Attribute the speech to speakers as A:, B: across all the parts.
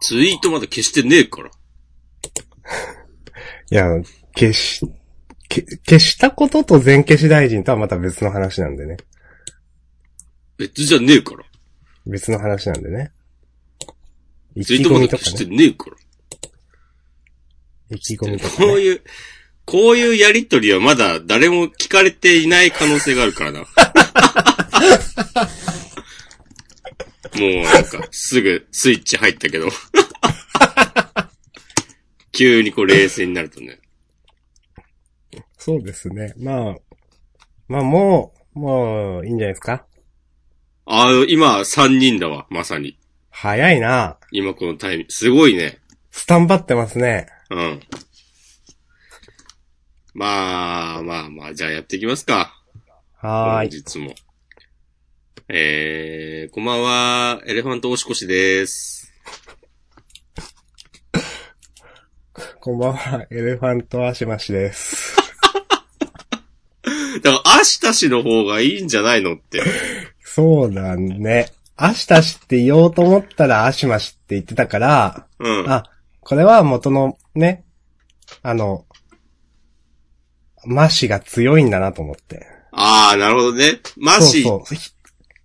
A: ツイートまだ消してねえから。
B: いや、消し、け消したことと全消し大臣とはまた別の話なんでね。
A: 別じゃねえから。
B: 別の話なんでね。意
A: ツイー
B: 気
A: トま
B: 込
A: だ
B: みと
A: 消
B: か
A: して
B: ね。
A: ねえから。
B: 意気込みとか、
A: こう
B: ね。
A: いう、こういうやりとりはまだ誰も聞かれていない可能性があるからな。もうなんか、すぐスイッチ入ったけど。急にこう冷静になるとね。
B: そうですね。まあ、まあもう、もう、いいんじゃないですか。
A: あの、今3人だわ、まさに。
B: 早いな。
A: 今このタイミング。すごいね。
B: スタンバってますね。
A: うん。まあ、まあまあ、じゃあやっていきますか。
B: はー
A: 本
B: い。
A: 日も。えー、こんばんは、エレファントおしこしです。
B: こんばんは、エレファントアシマシです。
A: だから、アシタシの方がいいんじゃないのって。
B: そうだね。アシタシって言おうと思ったらアシマシって言ってたから、
A: うん。
B: あ、これは元のね、あの、マシが強いんだなと思って。
A: あー、なるほどね。マ
B: そう
A: シ
B: そう。ひ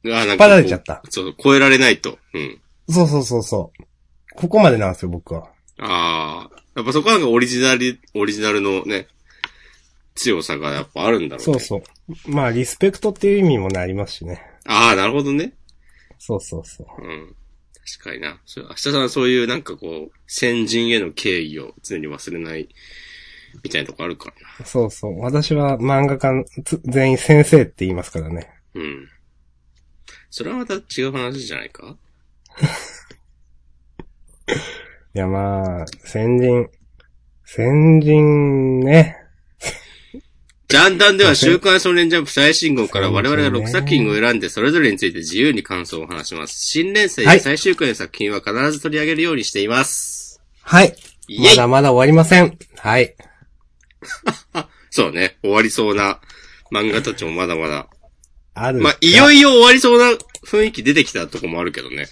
A: がなん
B: 引っ張
A: こう
B: られちゃった。
A: そう、超えられないと。うん。
B: そうそうそうそう。ここまでなんですよ、僕は。
A: あー、やっぱそこはなんかオリジナル、オリジナルのね、強さがやっぱあるんだろう
B: そ
A: ね
B: う。そう。まあ、リスペクトっていう意味もなりますしね。
A: あー、なるほどね。
B: そうそうそう。
A: うん。確かにな。そう明日さんはそういうなんかこう、先人への敬意を常に忘れない、みたいなとこあるからな。
B: そうそう。私は漫画家のつ全員先生って言いますからね。
A: うん。それはまた違う話じゃないか
B: いや、まあ、先人。先人ね。
A: ジャンダンでは週刊少年ジャンプ最新号から我々が6作品を選んでそれぞれについて自由に感想を話します。新連載
B: はい
A: や最終回の作品は必ず取り上げるようにしています。
B: はい。
A: イ
B: ま
A: ェイ
B: だまだ終わりません。はい。
A: そうね。終わりそうな漫画たちもまだまだ。
B: ある。
A: まあ、いよいよ終わりそうな雰囲気出てきたとこもあるけどね。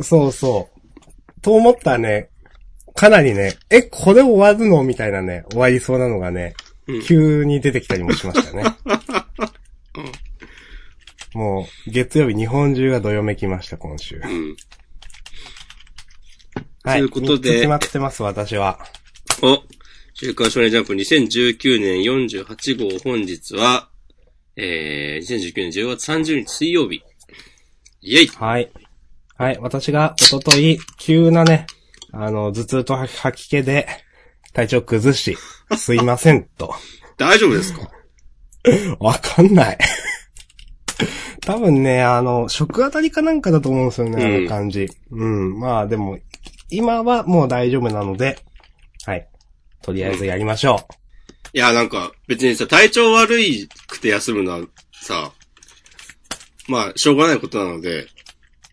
B: そうそう。と思ったらね、かなりね、え、これ終わるのみたいなね、終わりそうなのがね、
A: うん
B: 急に出てきたりもしまし たね。もう、月曜日日本中がどよめきました、今週。
A: うん。
B: はい。
A: ということで
B: 三つ決まってます、私は。
A: お、週刊少年ジャンプ2019年48号本日は、えー、2019年10月30日水曜日。イェイ
B: はい。はい、私が、おととい、急なね、あの、頭痛と吐き気で、体調崩し、すいません、と。
A: 大丈夫ですか
B: わかんない。多分ね、あの、食あたりかなんかだと思うんですよね、
A: うん
B: あの感じ。うん。まあでも、今はもう大丈夫なので、はい。とりあえずやりましょ
A: いや、なんか、別にさ、体調悪いくて休むのはさ、まあ、しょうがないことなので、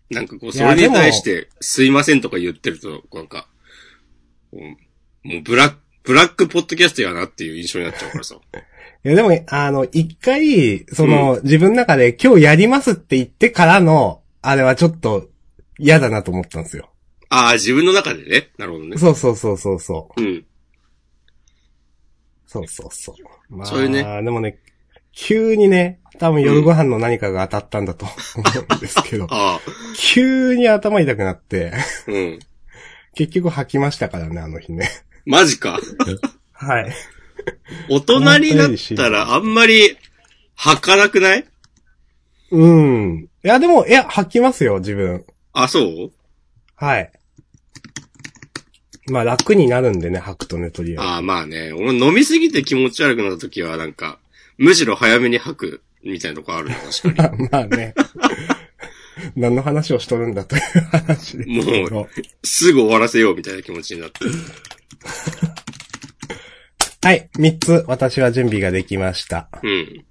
A: なんかこう、
B: い
A: そ
B: や
A: れに
B: でも
A: 対して、すいませんとか言ってると、なんか、うんもうブラック、ブラックポッドキャストやなっていう印象になっちゃう からさ。
B: う。いやでも、あの、一回、その、自分の中で今日やりますって言ってからの、あれはちょっと嫌だなと思ったんですよ。
A: ああ、自分の中でね。なるほど ね。
B: そうそうそうそうそう。
A: うん。
B: そうそうそう。まあ、
A: そういうね
B: でもね、急にね、多分夜ご飯の何かが当たったんだと思うんですけど。
A: ああ、
B: 急に頭痛くなって、
A: うん。
B: 結局吐きましたからね、あの日ね。
A: マジか。
B: はい。
A: 大人になったらあんまり吐かなくない
B: うん。いや、でも、いや、吐きますよ、自分。
A: あ、そう
B: はい。まあ、楽になるんでね、吐くとね、とりあ
A: あまあね。俺飲みすぎて気持ち悪くなった時はなんか、むしろ早めに吐くみたいなとこあるね 確か
B: えず。まあね。何の話をしとるんだという話ですけど。
A: に。すぐ終わらせようみたいな気持ちになって。
B: はい、三つ、私は準備ができました。
A: うん。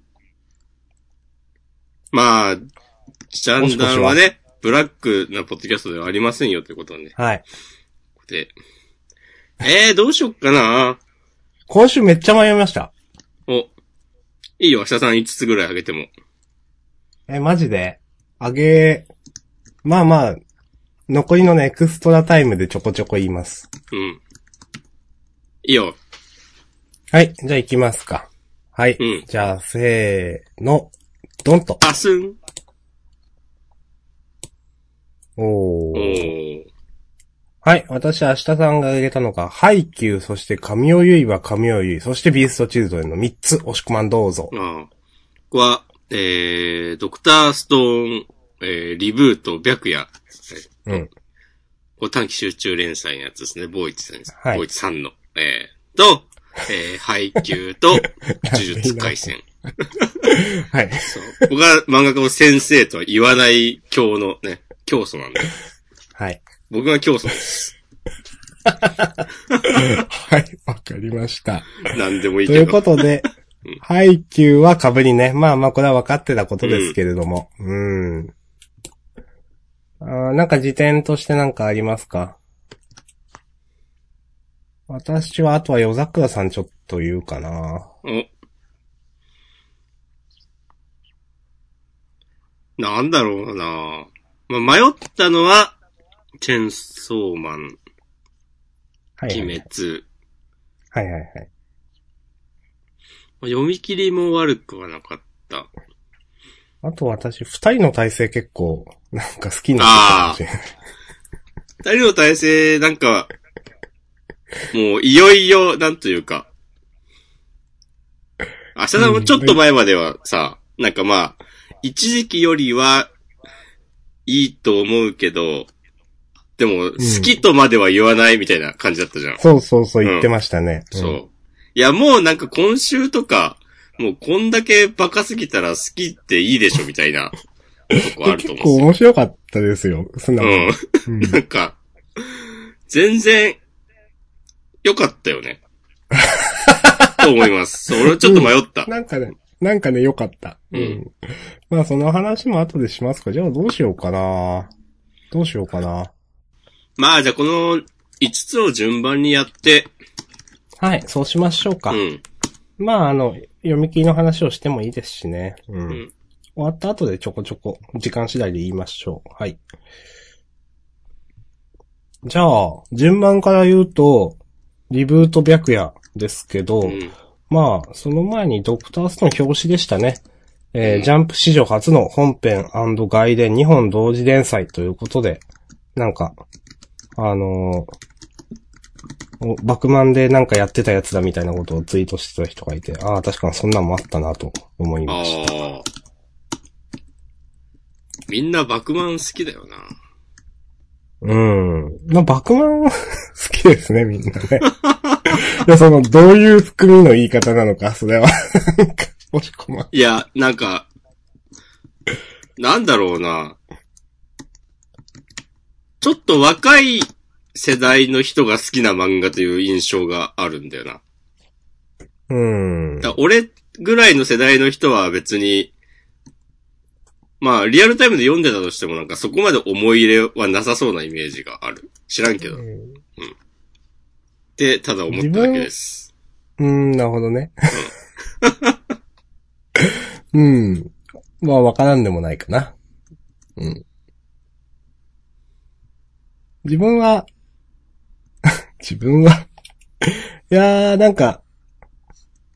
A: まあ、ジャンダンは
B: もしも
A: ね、ブラックなポッドキャストではありませんよということね。
B: はい。
A: で。えー、どうしよっかな
B: 今週めっちゃ迷いました。
A: お。いいよ、明日さん5つぐらいあげても。
B: え、マジであげ、まあまあ、残りのね、エクストラタイムでちょこちょこ言います。
A: うん。いいよ。
B: はい、じゃあ行きますか。はい。
A: うん
B: じゃあ、せーの、ドンと。
A: パスン
B: お
A: お
B: ー。
A: ー。
B: はい、私、明日さんが挙げたのが、ハイキュー、そして神尾ゆいは神尾ゆい、そしてビーストチルドレンの3つ、押し込まんどうぞ。
A: ああ。ここは、えー、ドクターストーン、えー、リブート、白夜。
B: うん。
A: こう短期集中連載のやつですね。ボーイチさんです。
B: はい
A: ボーイチさんの。えー、と、えー、配給と、呪術回戦。
B: はい。
A: そう。僕は漫画家を先生とは言わない教のね、教祖なんで。
B: はい。
A: 僕が教祖です。
B: はい、わかりました。
A: 何でもいい
B: と
A: け
B: いう
A: ど。
B: ことで、ハイキューは被りね。まあまあ、これは分かってたことですけれども。うん。んあーなんか辞典としてなんかありますか私は、あとは夜桜さんちょっと言うかな。
A: お。なんだろうなまあ、迷ったのは、チェンソーマン、
B: はい、はい。
A: 鬼滅。
B: はいはいはい。
A: まあ読み切りも悪くはなかった。
B: あと私、二人の体制結構、なんか好きな人かもしれない。
A: 二人の体制、なんか、もう、いよいよ、なんというか、明日さんもちょっと前まではさ、なんかまあ、一時期よりは、いいと思うけど、でも、好きとまでは言わないみたいな感じだったじゃん。
B: そうそうそう言ってましたね。
A: そ
B: ん
A: う。いや、もうなんか今週とか、もうこんだけバカすぎたら好きっていいでしょみたいな、とこあると
B: 結
A: 思
B: 構
A: うんで
B: 面白かったですよ。そんな
A: す
B: も
A: よ。
B: ん
A: うん。
B: うん
A: なんか、全然、良かったよね。と思います。そう俺はちょっと迷った。
B: なんかね、なんかね、良かった。
A: うん
B: まあ、その話も後でしますか。じゃあ、どうしようかな。どうしようかな。
A: まあじゃあこの5つを順番にやって、
B: はい、そうしましょうか。
A: うん。
B: まあ、あの、読み切りの話をしてもいいですしね。う
A: う
B: ん
A: ん
B: 終わった後でちょこちょこ、時間次第で言いましょう。はい。じゃあ、順番から言うと、リブート白夜ですけど、
A: うん。
B: まあ、その前にドクターストーン表紙でしたね。えー
A: うん
B: ジャンプ史上初の本編外伝2本同時連載ということで、なんか、あのーおバクマンでなんかやってたやつだみたいなことをツイートしてた人がいて、ああ、確かにそんなんもあったなと思い
A: あ
B: ました。
A: あ。みんなバクマン好きだよな。
B: うん。まあ、バクマン 好きですね、みんなね。 いや、その、どういう含みの言い方なのか、それは。なんか、押し込まん。
A: いや、なんか、なんだろうな。ちょっと若い世代の人が好きな漫画という印象があるんだよな。
B: うん。
A: だ俺ぐらいの世代の人は別に、まあ、リアルタイムで読んでたとしてもなんかそこまで思い入れはなさそうなイメージがある。知らんけど。っ
B: うん
A: て、ただ思っただけです。
B: うーん、なるほどね。うん。まあ、わからんでもないかな。うん。自分は、 自分は、いやー、なんか、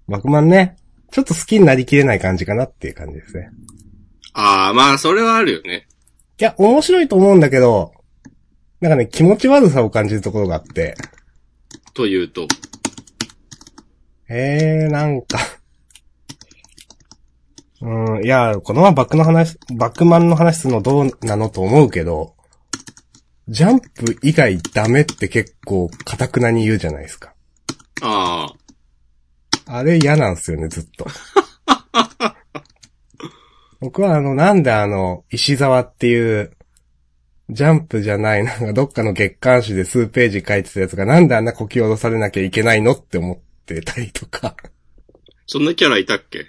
B: バクマンね、ちょっと好きになりきれない感じかなっていう感じですね。
A: ああ、まあ、それはあるよね。
B: いや、面白いと思うんだけど、なんかね、気持ち悪さを感じるところがあって、
A: というと。
B: えー、なんか。うん、いや、このままバックの話、バックマンの話するのどうなのと思うけど、ジャンプ以外ダメって結構、かたくなに言うじゃないですか。
A: ああ。
B: あれ嫌なんですよね、ずっと。僕はあの、なんであの、石沢っていう、ジャンプじゃない、なんかどっかの月刊誌で数ページ書いてたやつが、なんであんなこき下ろされなきゃいけないのって思ってたりとか。
A: そんなキャラいたっけ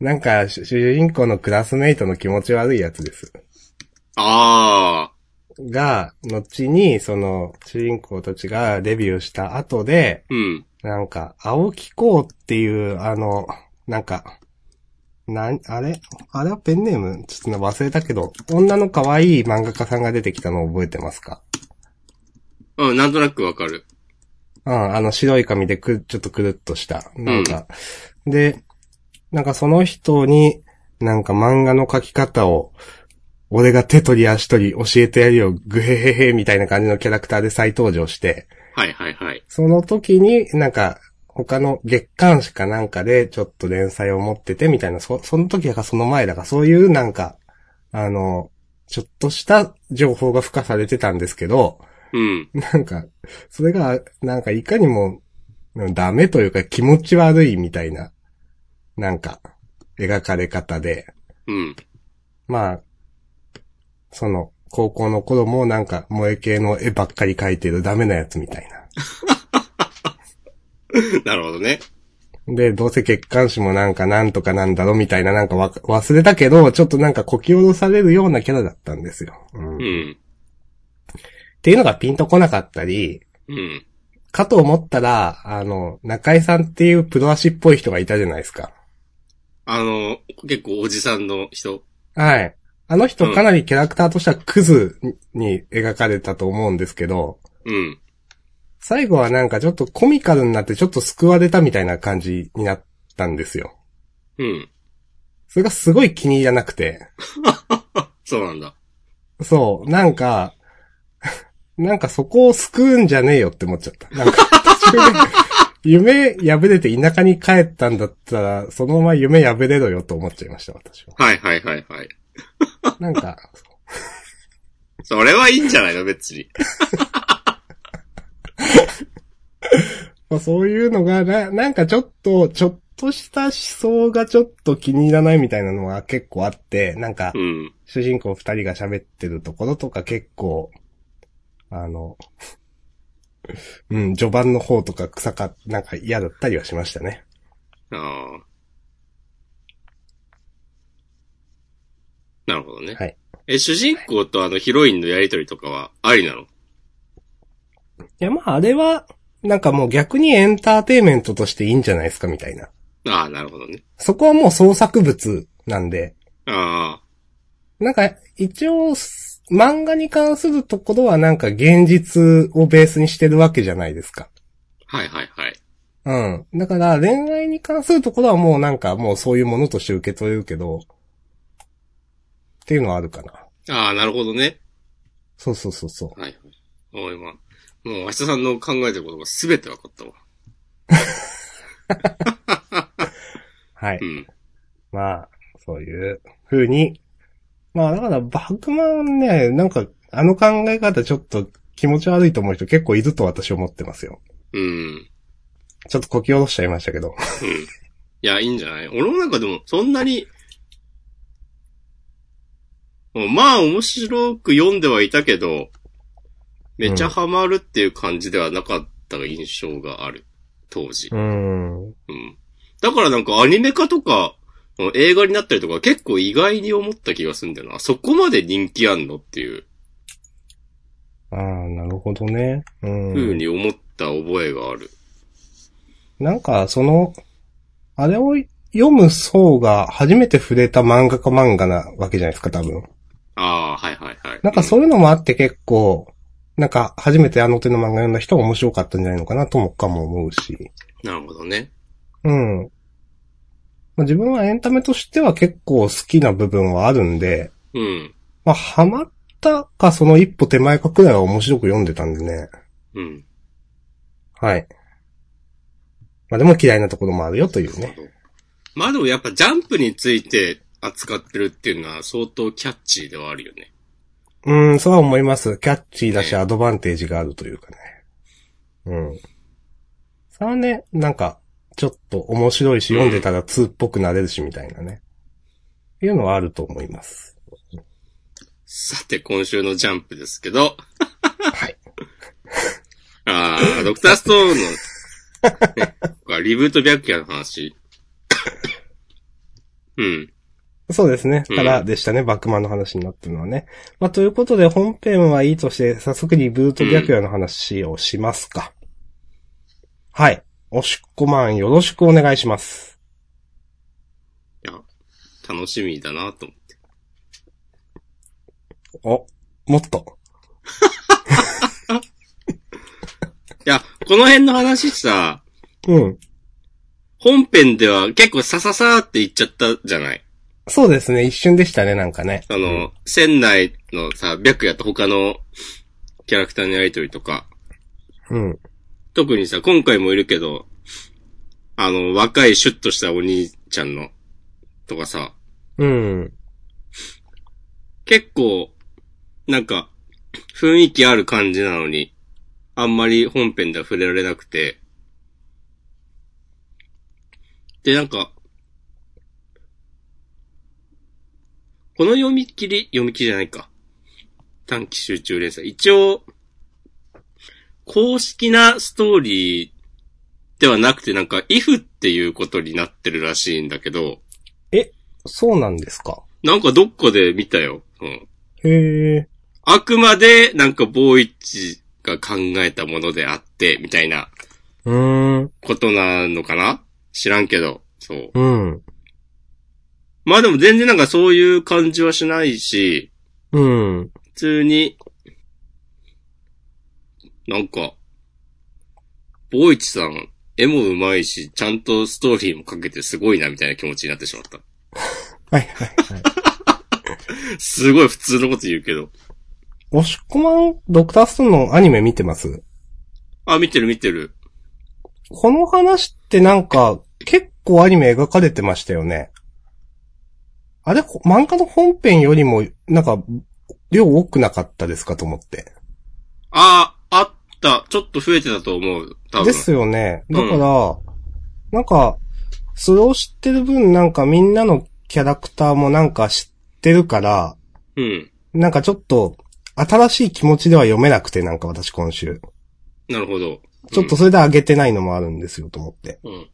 B: なんか、主主人公のクラスメイトの気持ち悪いやつです。
A: ああ。
B: が、後に、その、主人公たちがデビューした後で、
A: うん。
B: なんか、青木こうっていう、あの、なんか、なん、あれあれはペンネームちょっとね、忘れたけど、女の可愛い漫画家さんが出てきたのを覚えてますか
A: うん、なんとなくわかる。
B: うん、あの白い髪でく、ちょっとくるっとした。なんか、で、なんかその人に、なんか漫画の描き方を、俺が手取り足取り教えてやるよ、ぐへへへみたいな感じのキャラクターで再登場して、
A: はいはいはい。
B: その時になんか、他の月刊誌かなんかでちょっと連載を持っててみたいな、そ、その時だかその前だかそういうなんか、あの、ちょっとした情報が付加されてたんですけど、
A: うん。
B: なんか、それが、なんかいかにも、ダメというか気持ち悪いみたいな、なんか、描かれ方で、
A: うん。
B: まあ、その、高校の頃もなんか、萌え系の絵ばっかり描いてるダメなやつみたい
A: なるほどね。
B: な。で、どうせ月刊誌もなんかなんとかなんだろみたいな、なんかわ忘れたけど、ちょっとなんかこき下ろされるようなキャラだったんですよ。うん
A: う
B: っ
A: ん。
B: ていうのがピンとこなかったり、
A: うん。
B: かと思ったら、あの、中井さんっていうプロ足っぽい人がいたじゃないですか。
A: あの、結構おじさんの人。
B: はい。あの人
A: うん
B: かなりキャラクターとしてはクズに描かれたと思うんですけど、
A: うん。
B: 最後はなんかちょっとコミカルになってちょっと救われたみたいな感じになったんですよ。
A: うん。
B: それがすごい気に入らなくて。
A: そうなんだ。
B: そう、なんか、 なんかそこを救うんじゃねえよって思っちゃった。なんか、途中で 夢破れて田舎に帰ったんだったら、そのまま夢破れろよと思っちゃいました、私は。
A: はいはいはいはい。
B: なんか、
A: それはいいんじゃないの別に。
B: まあ、そういうのがな、なんかちょっと、ちょっとした思想がちょっと気に入らないみたいなのが結構あって、なんか
A: う、ん。
B: 主人公二人が喋ってるところとか結構、あの、 うん、序盤の方とか臭か、なんか嫌だったりはしましたね。
A: ああ。なるほどね。
B: はい。
A: え、主人公とあのヒロインのやりとりとかはありなの
B: いや、まああれは、なんかもう逆にエンターテインメントとしていいんじゃないですかみたいな。
A: ああ、なるほどね。
B: そこはもう創作物なんで、
A: あ
B: なんか、一応、す漫画に関するところはなんか現実をベースにしてるわけじゃないですか。
A: あ。はいはいはい。
B: うん。だから恋愛に関するところはもうなんかもうそういうものとして受け取れるけど、っていうのはあるかな。
A: ああ、なるほどね。
B: そうそうそうそう。
A: はいはい。もう今、もう明日さんの考えてることが全て分かったわ。
B: はい。
A: うん。
B: まあ、そういう風に。まあだから、バックマンね、なんかあの考え方ちょっと気持ち悪いと思う人結構いると私思ってますよ。
A: うん。
B: ちょっとこき下ろしちゃいましたけ
A: う
B: ど。
A: ん。いや、いいんじゃない俺の中でも、そんなに、もうまあ、面白く読んではいたけど、めちゃハマるっていう感じではなかった印象がある。当時
B: う。ん。
A: うん。だからなんかアニメ化とか、映画になったりとか結構意外に思った気がするんだよな。そこまで人気あんのっていう
B: ああ、なるほどね。うん。
A: 風に思った覚えがある。
B: なんか、その、あれを読む層が初めて触れた漫画家漫画なわけじゃないですか、多分。
A: ああ、はいはいはい。
B: なんかそういうのもあって結構、なんか初めてあの手の漫画読んだ人は面白かったんじゃないのかなともかも思うし。
A: うん。なるほどね。
B: うん。まあ、自分はエンタメとしては結構好きな部分はあるんで、
A: うん。
B: まあ、ハマったかその一歩手前かくらいは面白く読んでたんでね。
A: うん。
B: はい。まあでも嫌いなところもあるよというね。
A: まあでもやっぱジャンプについて扱ってるっていうのは相当キャッチーではあるよね。
B: うん、そうは思います。キャッチーだし、
A: ね
B: アドバンテージがあるというかね。うん。それはね、なんか、ちょっと面白いし、
A: うん
B: 読んでたら通っぽくなれるし、みたいなね。いうのはあると思います。
A: さて、今週のジャンプですけど。
B: はい。
A: ああ、ドクターストーンの、ね、これはリブート白夜の話。 うん。
B: そうですね。
A: うん
B: からでしたね、バックマンの話になってるのはね。まあ、ということで、本編はいいとして、早速リブート白夜の話をしますか。はい。おしっこマンよろしくお願いします。
A: いや、楽しみだなと思って。
B: お、もっと。
A: いや、この辺の話さ、
B: うん。
A: 本編では結構さささーって言っちゃったじゃない
B: そうですね、一瞬でしたね、なんかね。
A: その、船内のさ、白夜と他のキャラクターのやりとりとか、
B: うん。
A: 特にさ、今回もいるけど、あの、若いシュッとしたお兄ちゃんの、とかさ、
B: うん。
A: 結構、なんか、雰囲気ある感じなのに、あんまり本編では触れられなくて。で、なんか、この読み切り、読み切りじゃないか。短期集中連載。一応、公式なストーリーではなくて、なんか、if っていうことになってるらしいんだけど、
B: そうなんですか。
A: なんかどっかで見たよ。うん。
B: へえ。
A: あくまで、なんか、ボーイッチが考えたものであって、みたいな
B: うーん。
A: ことなのかな知らんけど、そう。
B: うん。
A: まあでも全然なんかそういう感じはしないし、
B: うん。
A: 普通に、なんか、ボーイッチさん、絵もうまいし、ちゃんとストーリーもかけてすごいな、みたいな気持ちになってしまった。
B: はいはいはい。
A: すごい普通のこと言うけど。
B: 押し込まん、ドクターストーンのアニメ見てます
A: あ、見てる見てる。
B: この話ってなんか、結構アニメ描かれてましたよね。あれ、ほ漫画の本編よりも、なんか、量多くなかったですかと思って。
A: あ、あった。ちょっと増えてたと思う。多分。
B: ですよね。だから、
A: う
B: なんか、それを知ってる分、なんかみんなのキャラクターもなんか知ってるから、
A: うん。
B: なんかちょっと、新しい気持ちでは読めなくて、なんか私今週。
A: なるほど。
B: ちょっとそれで上げてないのもあるんですよ、と思って。
A: うん。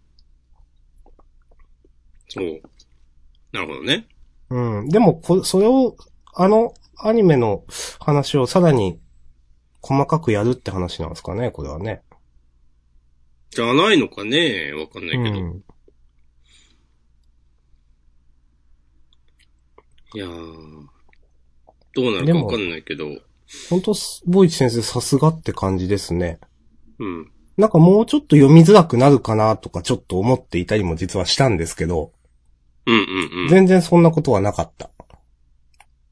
A: そう。なるほどね。
B: うん。でもこ、それを、あの、アニメの話をさらに細かくやるって話なんですかね、これはね。
A: じゃないのかねわかんな
B: う
A: いけど。
B: ん。
A: いやー。どうなる
B: で
A: か
B: も
A: わかんないけど。
B: 本当ボイチ先生さすがって感じですね。
A: うん。
B: なんかもうちょっと読みづらくなるかなとかちょっと思っていたりも実はしたんですけど、
A: うんうんうん。
B: 全然そんなことはなかった。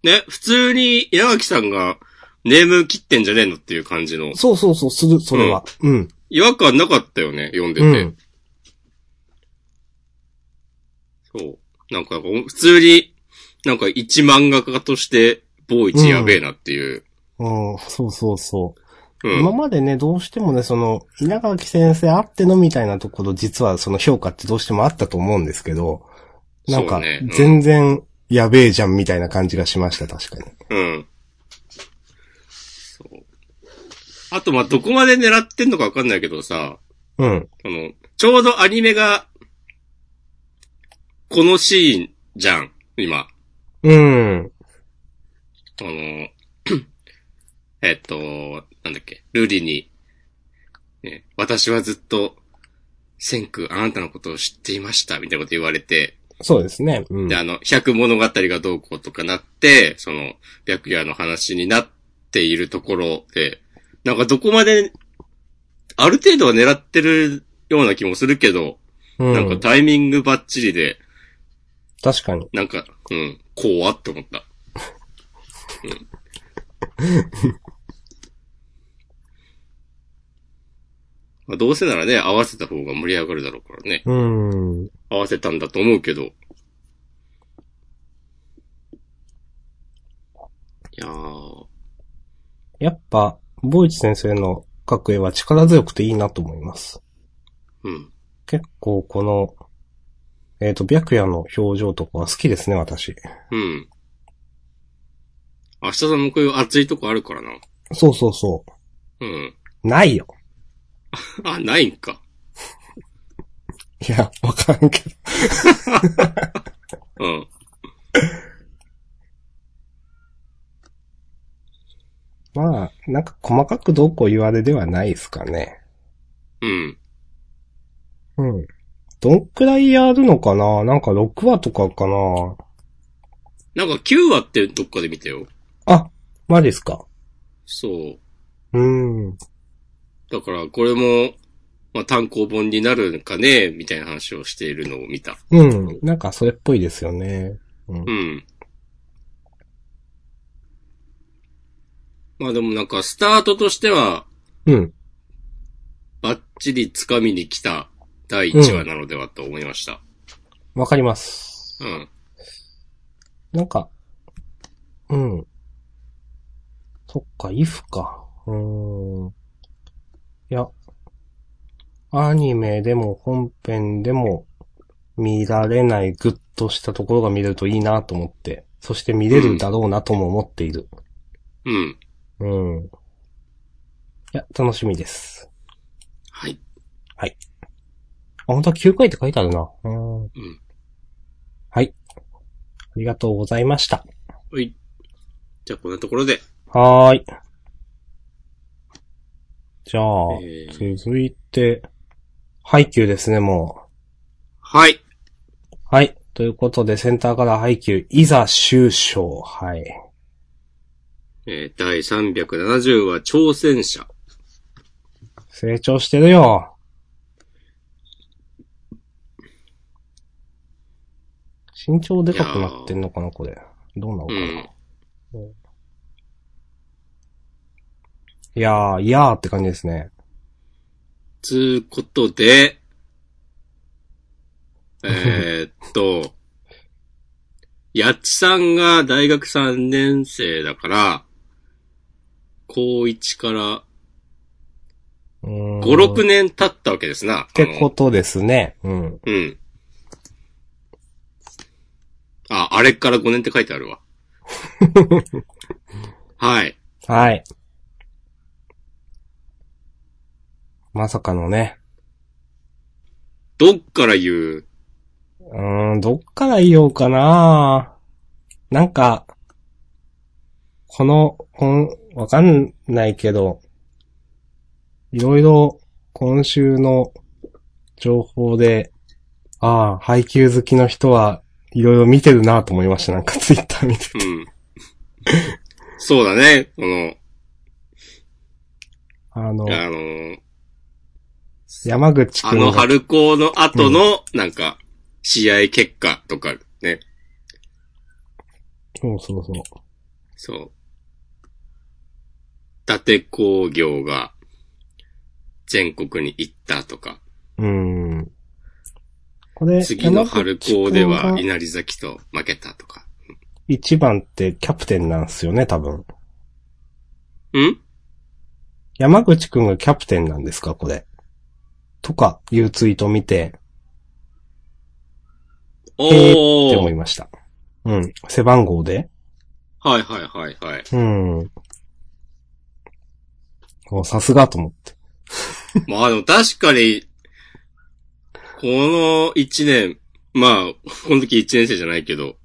A: ね、普通に稲垣さんがネーム切ってんじゃねえのっていう感じの。
B: そうそうそう、する、それは。うん。
A: 違和感なかったよね、読んで
B: う
A: て。
B: ん。
A: そう。なんか、普通に、なんか一漫画家として、ボーイチやべえなっていう。
B: うん、そうそうそう。
A: うん。
B: 今までね、どうしてもね、その、稲垣先生あってのみたいなところ、実はその評価ってどうしてもあったと思うんですけど、なん
A: そ
B: か
A: うねうん、
B: 全然やべえじゃんみたいな感じがしました、確かに。
A: うん。そう。あと、まあ、どこまで狙ってんのかわかんないけどさ、
B: うん。
A: その、ちょうどアニメが、このシーンじゃん、今。
B: うん。
A: あの、 えっと、なんだっけ、ルリに、ね、私はずっと、センク、あなたのことを知っていました、みたいなこと言われて、
B: そうですね。うん
A: で、。あの、百物語がどうこうとかなって、その、白夜の話になっているところで、なんかどこまで、ある程度は狙ってるような気もするけど、
B: うん
A: なんかタイミングバッチリで、
B: 確かに。
A: なんか、うん、こうはって思った。 うん。まあ、どうせならね、合わせた方が盛り上がるだろうからね。
B: うん。
A: 合わせたんだと思うけど。いやー、
B: やっぱ、ボイチ先生の描く絵は力強くていいなと思います。
A: うん。
B: 結構この、えっ、と、白夜の表情とかは好きですね、私。
A: うん。明日さんもこういう熱いとこあるからな。
B: そうそうそ
A: うん。
B: う。ないよ。
A: あ、ないんか。
B: いや、わからんけど。
A: うん。
B: まあ、なんか細かくどうこう言われではないですかね。
A: うん。
B: うん。どんくらいやるのかななんか6話とかかな
A: なんか9話ってどっかで見たよ。
B: あ、マジっすか。
A: そう。
B: うーん。
A: だから、これも、まあ、単行本になるんかね、みたいな話をしているのを見た。
B: うん。なんかそれっぽいですよね。うん
A: う。ん。まあでもなんか、スタートとしては、
B: うん。
A: バッチリ掴みに来た第1話なのではと思いました。
B: わかります。
A: うん。
B: なんか、うん。そっか、イフか。うーん。いや、アニメでも本編でも見られないグッとしたところが見れるといいなと思って、そして見れるだろうなとも思っている。
A: うん。
B: うん。いや、楽しみです。
A: はい。
B: あ、本当は9回って書いてあるな。うん。
A: ん
B: はい。ありがとうございました。
A: ほい。じゃあ、こんなところで。
B: はーい。じゃあ、
A: えー
B: 続いて、ハイキューですね、も
A: はい。
B: う。はい。ということで、センターからハイキュー、いざ終章。はい。
A: えー、第370話、挑戦者。
B: 成長してるよ。身長でかくなってんのかな、これ。どうなの
A: う
B: かな。
A: ん。
B: いやー、いやーって感じですね。
A: つうことで、えーっと、やっちさんが大学3年生だから、高1から
B: うーん。
A: 5、6年経ったわけですな。
B: ってことですね。うん。
A: あのうん。あ、あれから5年って書いてあ るわ。はい。
B: はい。まさかのね。
A: どっから言う
B: うーん、どっから言おうかななんか、この、こん、わかんないけど、いろいろ今週の情報で、ああ、配給好きの人はいろいろ見てるなと思いました。なんかツイッター見てて。
A: うん。そうだね。この、あ
B: あの、
A: のー
B: 山口く
A: あ
B: ん
A: の
B: が
A: 春高の後の、なんか、試合結果とかね。
B: そうそうそう。
A: そう。伊達工業が、全国に行ったとか。
B: うーん。これ、
A: 次の春高で
B: 山口くん
A: は、
B: が
A: 稲荷崎と負けたとか。
B: 一番ってキャプテンなんですよね、多分。
A: ん
B: 山口くんがキャプテンなんですか、これ。とか、いうツイートを見て、
A: お
B: って
A: ー
B: 思いました。うん。背番号で
A: はいはいはいはい。
B: うん。おさすがと思って。
A: まあでも確かに、この一年、まあ、この時一年生じゃないけど、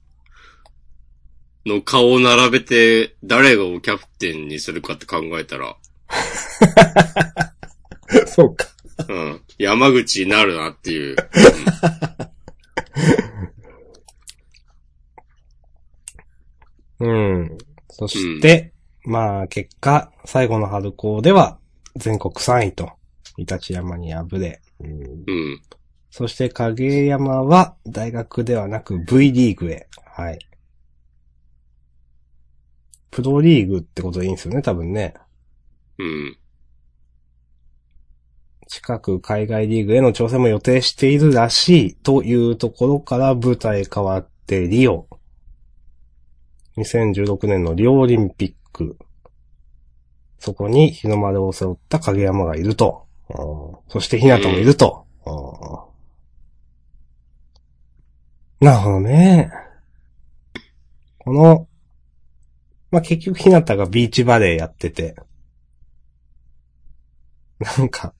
A: の顔を並べて、誰をキャプテンにするかって考えたら、
B: そうか。
A: うん、山口になるなっていう。
B: うん。そして、まあ、結果、最後の春高では、全国3位と、イタチ山に敗れ、うん
A: うん。
B: そして影山は大学ではなく V リーグへ。はい。プロリーグってことでいいんですよね、多分ね。
A: うん。
B: 近く海外リーグへの挑戦も予定しているらしいというところから舞台変わってリオ。2016年のリオオリンピック。そこに日の丸を背負った影山がいると。うんそして日向もいると。うんなるほどね。この、まあ、結局日向がビーチバレーやってて。なんか、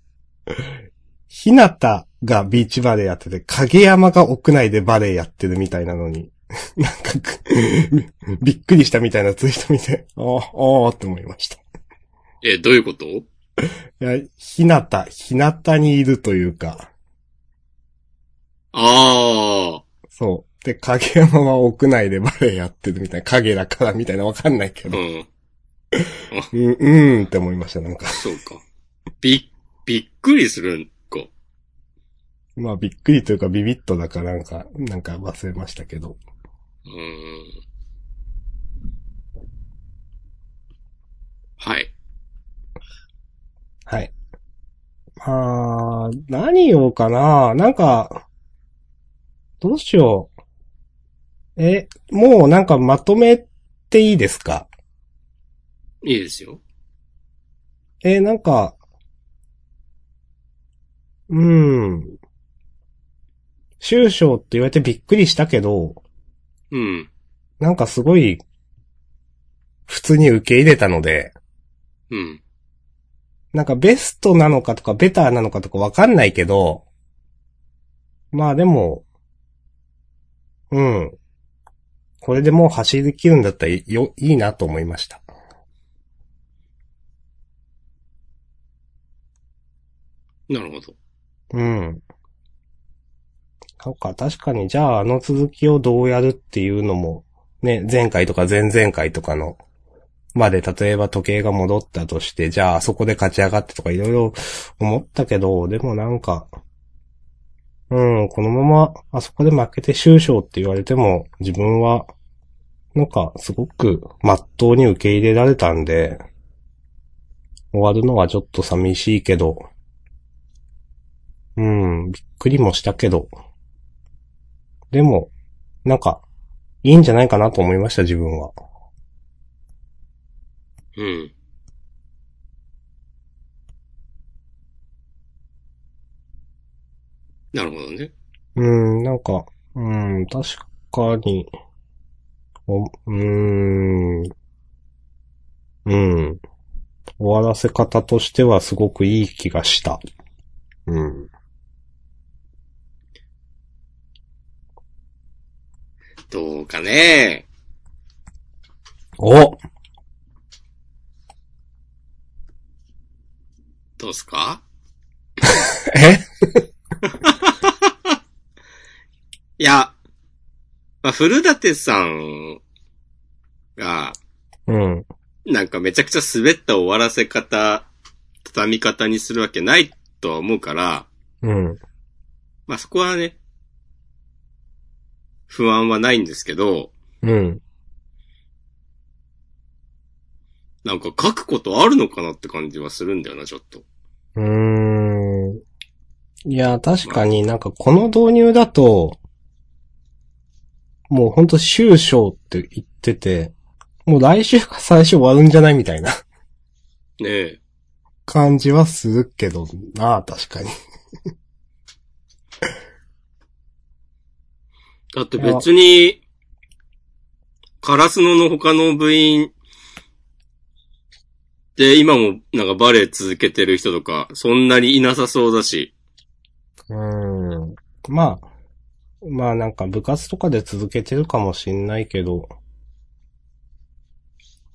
B: ひなたがビーチバレーやってて、影山が屋内でバレーやってるみたいなのに、 なんかく、びっくりしたみたいなツイート見て、ああ、ああって思いました。
A: え、どういうこと
B: いや、ひなた、ひなたにいるというか、
A: ああ、
B: そう、で、影山は屋内でバレエやってるみたいな、影だからみたいなわかんないけ
A: う
B: ど。
A: ん。
B: うん、うんって思いました、なんか。
A: そうか。び、びっくりするんか。
B: まあ、びっくりというかビビッとだからなんか、なんか忘れましたけど。
A: うん。はい。
B: はい。まあ、何言おうかな。なんか、どうしよう。え、もうなんかまとめていいですか
A: いいですよ。
B: えーなんか、うーん。終章って言われてびっくりしたけど、
A: うん。
B: なんかすごい、普通に受け入れたので、
A: うん。
B: なんかベストなのかとかベターなのかとかわかんないけど、まあでも、うん。これでもう走り切るんだったらよ、いいなと思いました。
A: なるほど。
B: うん。なんか確かに、じゃああの続きをどうやるっていうのも、ね、前回とか前々回とかの、まで例えば時計が戻ったとして、じゃああそこで勝ち上がってとかいろいろ思ったけど、でもなんか、うん、このままあそこで負けて終章って言われても、自分は、なんかすごく真っ当に受け入れられたんで、終わるのはちょっと寂しいけど、うん、びっくりもしたけど。でも、なんか、いいんじゃないかなと思いました、自分は。
A: うん。なるほどね。
B: うん、なんか、うん、確かに、お、うーん、うん、終わらせ方としてはすごくいい気がした。うん。
A: どうかね。
B: お
A: どうすか
B: え
A: いや、まあ、古舘さんが、
B: うん、
A: なんかめちゃくちゃ滑った終わらせ方、畳み方にするわけないとは思うから、
B: うん、
A: まあ、そこはね、不安はないんですけど、
B: うん。
A: なんか書くことあるのかなって感じはするんだよな、ちょっと。
B: うーん。いや、確かになんかこの導入だと、もうほんと終章って言ってて、もう来週か最初終わるんじゃないみたいな
A: ねえ。
B: 感じはするけどなあ、確かに。
A: だって別に、カラスノの他の部員で今もなんかバレエ続けてる人とか、そんなにいなさそうだし、
B: うーん。まあ、まあなんか部活とかで続けてるかもしんないけど、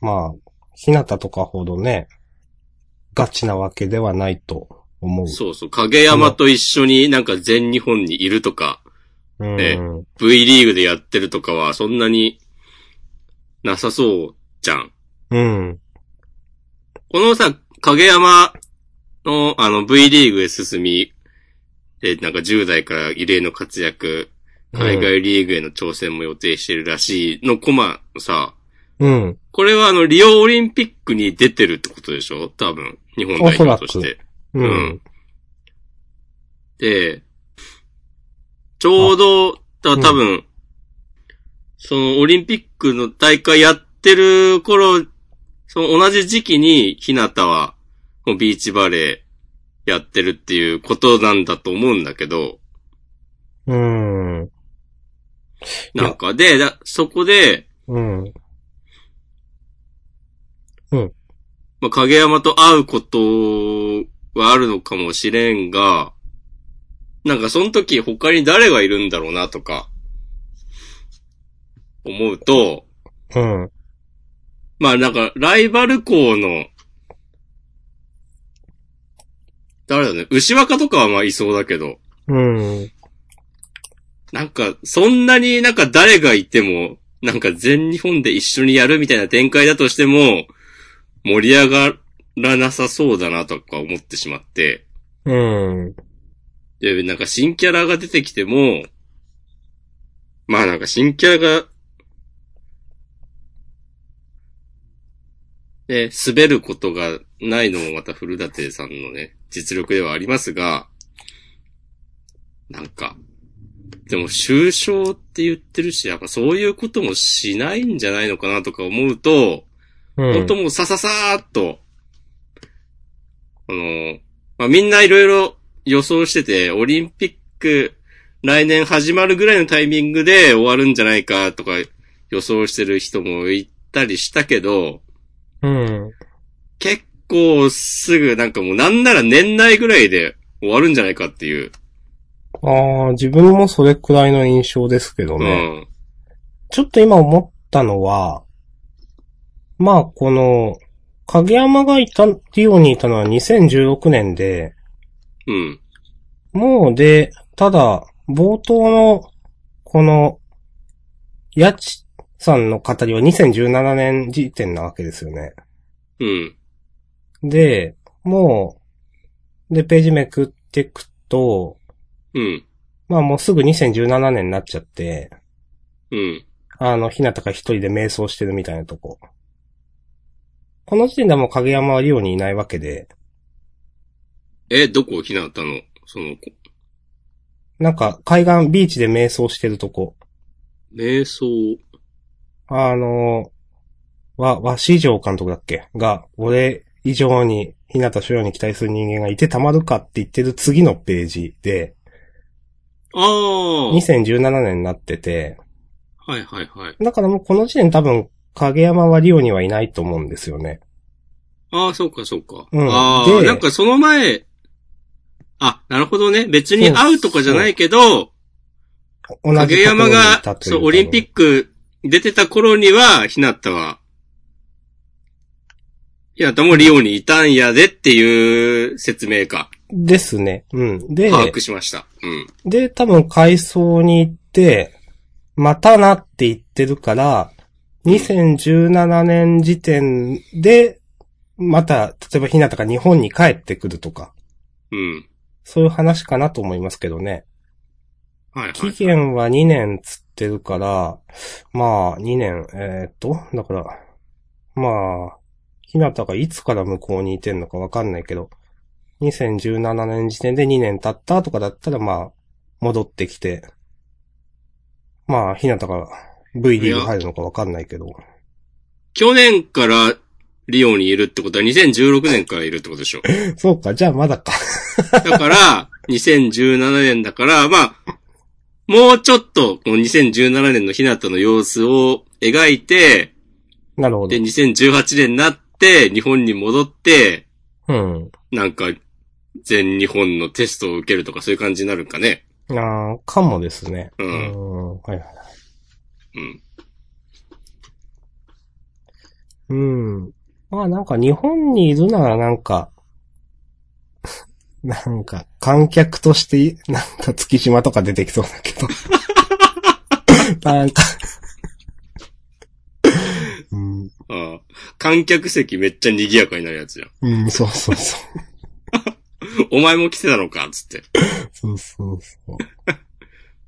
B: まあ、ひなたとかほどね、ガチなわけではないと思う。
A: そうそう、影山と一緒になんか全日本にいるとか、
B: うん。
A: ね V リーグでやってるとかはそんなになさそうじゃん。
B: うん。
A: このさ、影山の、あの、V リーグへ進み、で、なんか10代から異例の活躍、海外リーグへの挑戦も予定してるらしいのコマさ、
B: うん。
A: これはあの、リオオリンピックに出てるってことでしょ多分、日本代表とし
B: おそら
A: て。
B: う。
A: うんで、ちょうど、だ多分、そのオリンピックの大会やってる頃、その同じ時期に、ひなたは、もうビーチバレーやってるっていうことなんだと思うんだけど、
B: うん。いや
A: なんか、で、だそこで、
B: うん。
A: まあ、影山と会うことはあるのかもしれんが、なんかその時他に誰がいるんだろうなとか、思うと、
B: うん。
A: まあなんか、ライバル校の、誰だね、牛若とかはまあいそうだけど、
B: うん。
A: なんか、そんなになんか誰がいても、なんか全日本で一緒にやるみたいな展開だとしても、盛り上がらなさそうだなとか思ってしまって、
B: うん。
A: で、なんか新キャラが出てきても、まあなんか新キャラが、で、滑ることがないのもまた古舘さんのね、実力ではありますが、なんか、でも、終章って言ってるし、やっぱそういうこともしないんじゃないのかなとか思うと、
B: うん。
A: 本当もうさささーっと、あの、まあ、みんないろいろ予想してて、オリンピック来年始まるぐらいのタイミングで終わるんじゃないかとか予想してる人もいたりしたけど、
B: うん。
A: 結構すぐなんかもうなんなら年内ぐらいで終わるんじゃないかっていう。
B: ああ、自分もそれくらいの印象ですけど
A: う
B: ね。
A: ん。
B: ちょっと今思ったのは、まあこの、影山がいた、リオにいたのは2016年で、
A: うん。
B: もうで、ただ、冒頭の、この、やちさんの語りは2017年時点なわけですよね。
A: うん。
B: で、もう、で、ページめくってくと、
A: うん。
B: まあもうすぐ2017年になっちゃって、
A: うん。
B: あの、ひなたが一人で瞑想してるみたいなとこ。この時点ではもう影山はリオにいないわけで、
A: え、どこひなたのその子。
B: なんか海岸、ビーチで瞑想してるとこ。
A: 瞑想。
B: あの、わ、わし城監督だっけが、俺以上に、日向翔陽に期待する人間がいてたまるかって言ってる次のページで、
A: ああ。
B: 2017年になってて、
A: はいはいはい。
B: だからもうこの時点多分、影山はリオにはいないと思うんですよね。
A: ああ、そうか、そうか。
B: うん
A: ああ、
B: で
A: なんかその前、あ、なるほどね。別に会うとかじゃないけど、
B: 同じ
A: 影山が、そう、オリンピ
B: ク。
A: ック出てた頃には、ひなたは、ひなたもリオにいたんやでっていう説明か。
B: ですね。うん。で、
A: 把握しました。うん。
B: で、多分改装に行って、またなって言ってるから、2017年時点で、また、例えばひなたが日本に帰ってくるとか、
A: うん。
B: そういう話かなと思いますけどね。
A: はいは
B: 期
A: い。
B: 限は2年つってるから、まあ2年、えーっと、だから、まあ、ひなたがいつから向こうにいてんのかわかんないけど、2017年時点で2年経ったとかだったらまあ、戻ってきて、まあ、ひなたが V リーグ入るのかわかんないけど、
A: 去年からリオにいるってことは2016年からいるってことでしょ。
B: そうか、じゃあまだか。
A: だから、2017年だから、まあ、もうちょっと、この2017年の日向の様子を描いて、
B: なるほど
A: で、。2018年になって、日本に戻って、
B: うん。
A: なんか、全日本のテストを受けるとか、そういう感じになるんかね。
B: あーかもですね。
A: うん
B: ん。はいはい。
A: うん。
B: うん。まあなんか日本にいるならなんか、 なんか観客として、なんか月島とか出てきそうだけど。 なんか、うん。
A: ああ観客席めっちゃ賑やかになるやつじゃん。
B: うん、そうそうそう。
A: お前も来てたのかつって。
B: そうそうそう。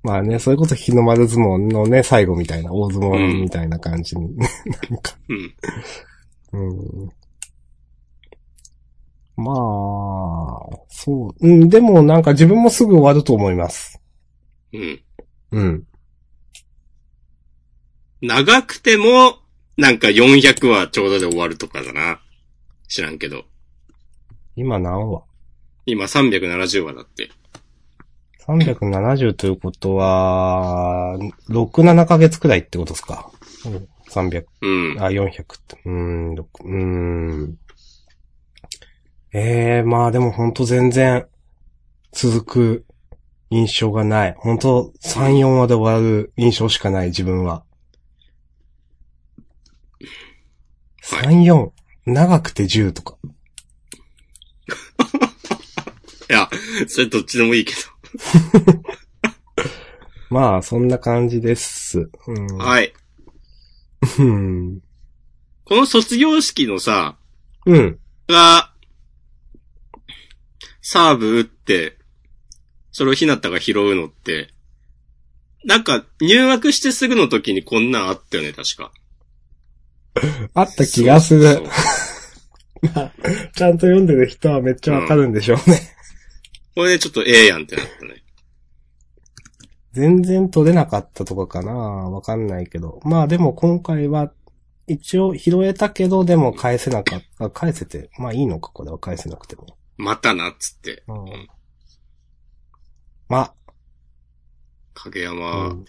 B: まあね、そういうこと日の丸相撲のね、最後みたいな、大相撲みたいな感じに、なんか、
A: うん。
B: うんまあ、そう。うん、でもなんか自分もすぐ終わると思います。
A: うん。
B: うん。
A: 長くても、なんか400はちょうどで終わるとかだな。知らんけど。
B: 今何話
A: 今370話だって。
B: ?370 ということは、6、7ヶ月くらいってことですか。うん300、
A: うん。
B: あ、400って。うーん、6、うーん。ええまあでもほんと全然、続く印象がない。ほんと、3、4話で終わる印象しかない、自分は。
A: はい
B: 3、4、長くて10とか。
A: いや、それどっちでもいいけど。
B: まあ、そんな感じです。うん。
A: はい。
B: うん。
A: この卒業式のさ、
B: うん。
A: が、サーブ打って、それをひなたが拾うのって、なんか、入学してすぐの時にこんなんあったよね、確か。
B: あった気がす
A: そう
B: る。
A: そう
B: ちゃんと読んでる人はめっちゃわかるんでしょうね。
A: これでちょっとええやんってなったね。
B: 全然取れなかったとかかなわかんないけど。まあでも今回は、一応拾えたけど、でも返せなかった。返せて、まあいいのか、これは返せなくても。
A: またな、っつって。
B: うん。ま
A: 影
B: あ、
A: 山、
B: うん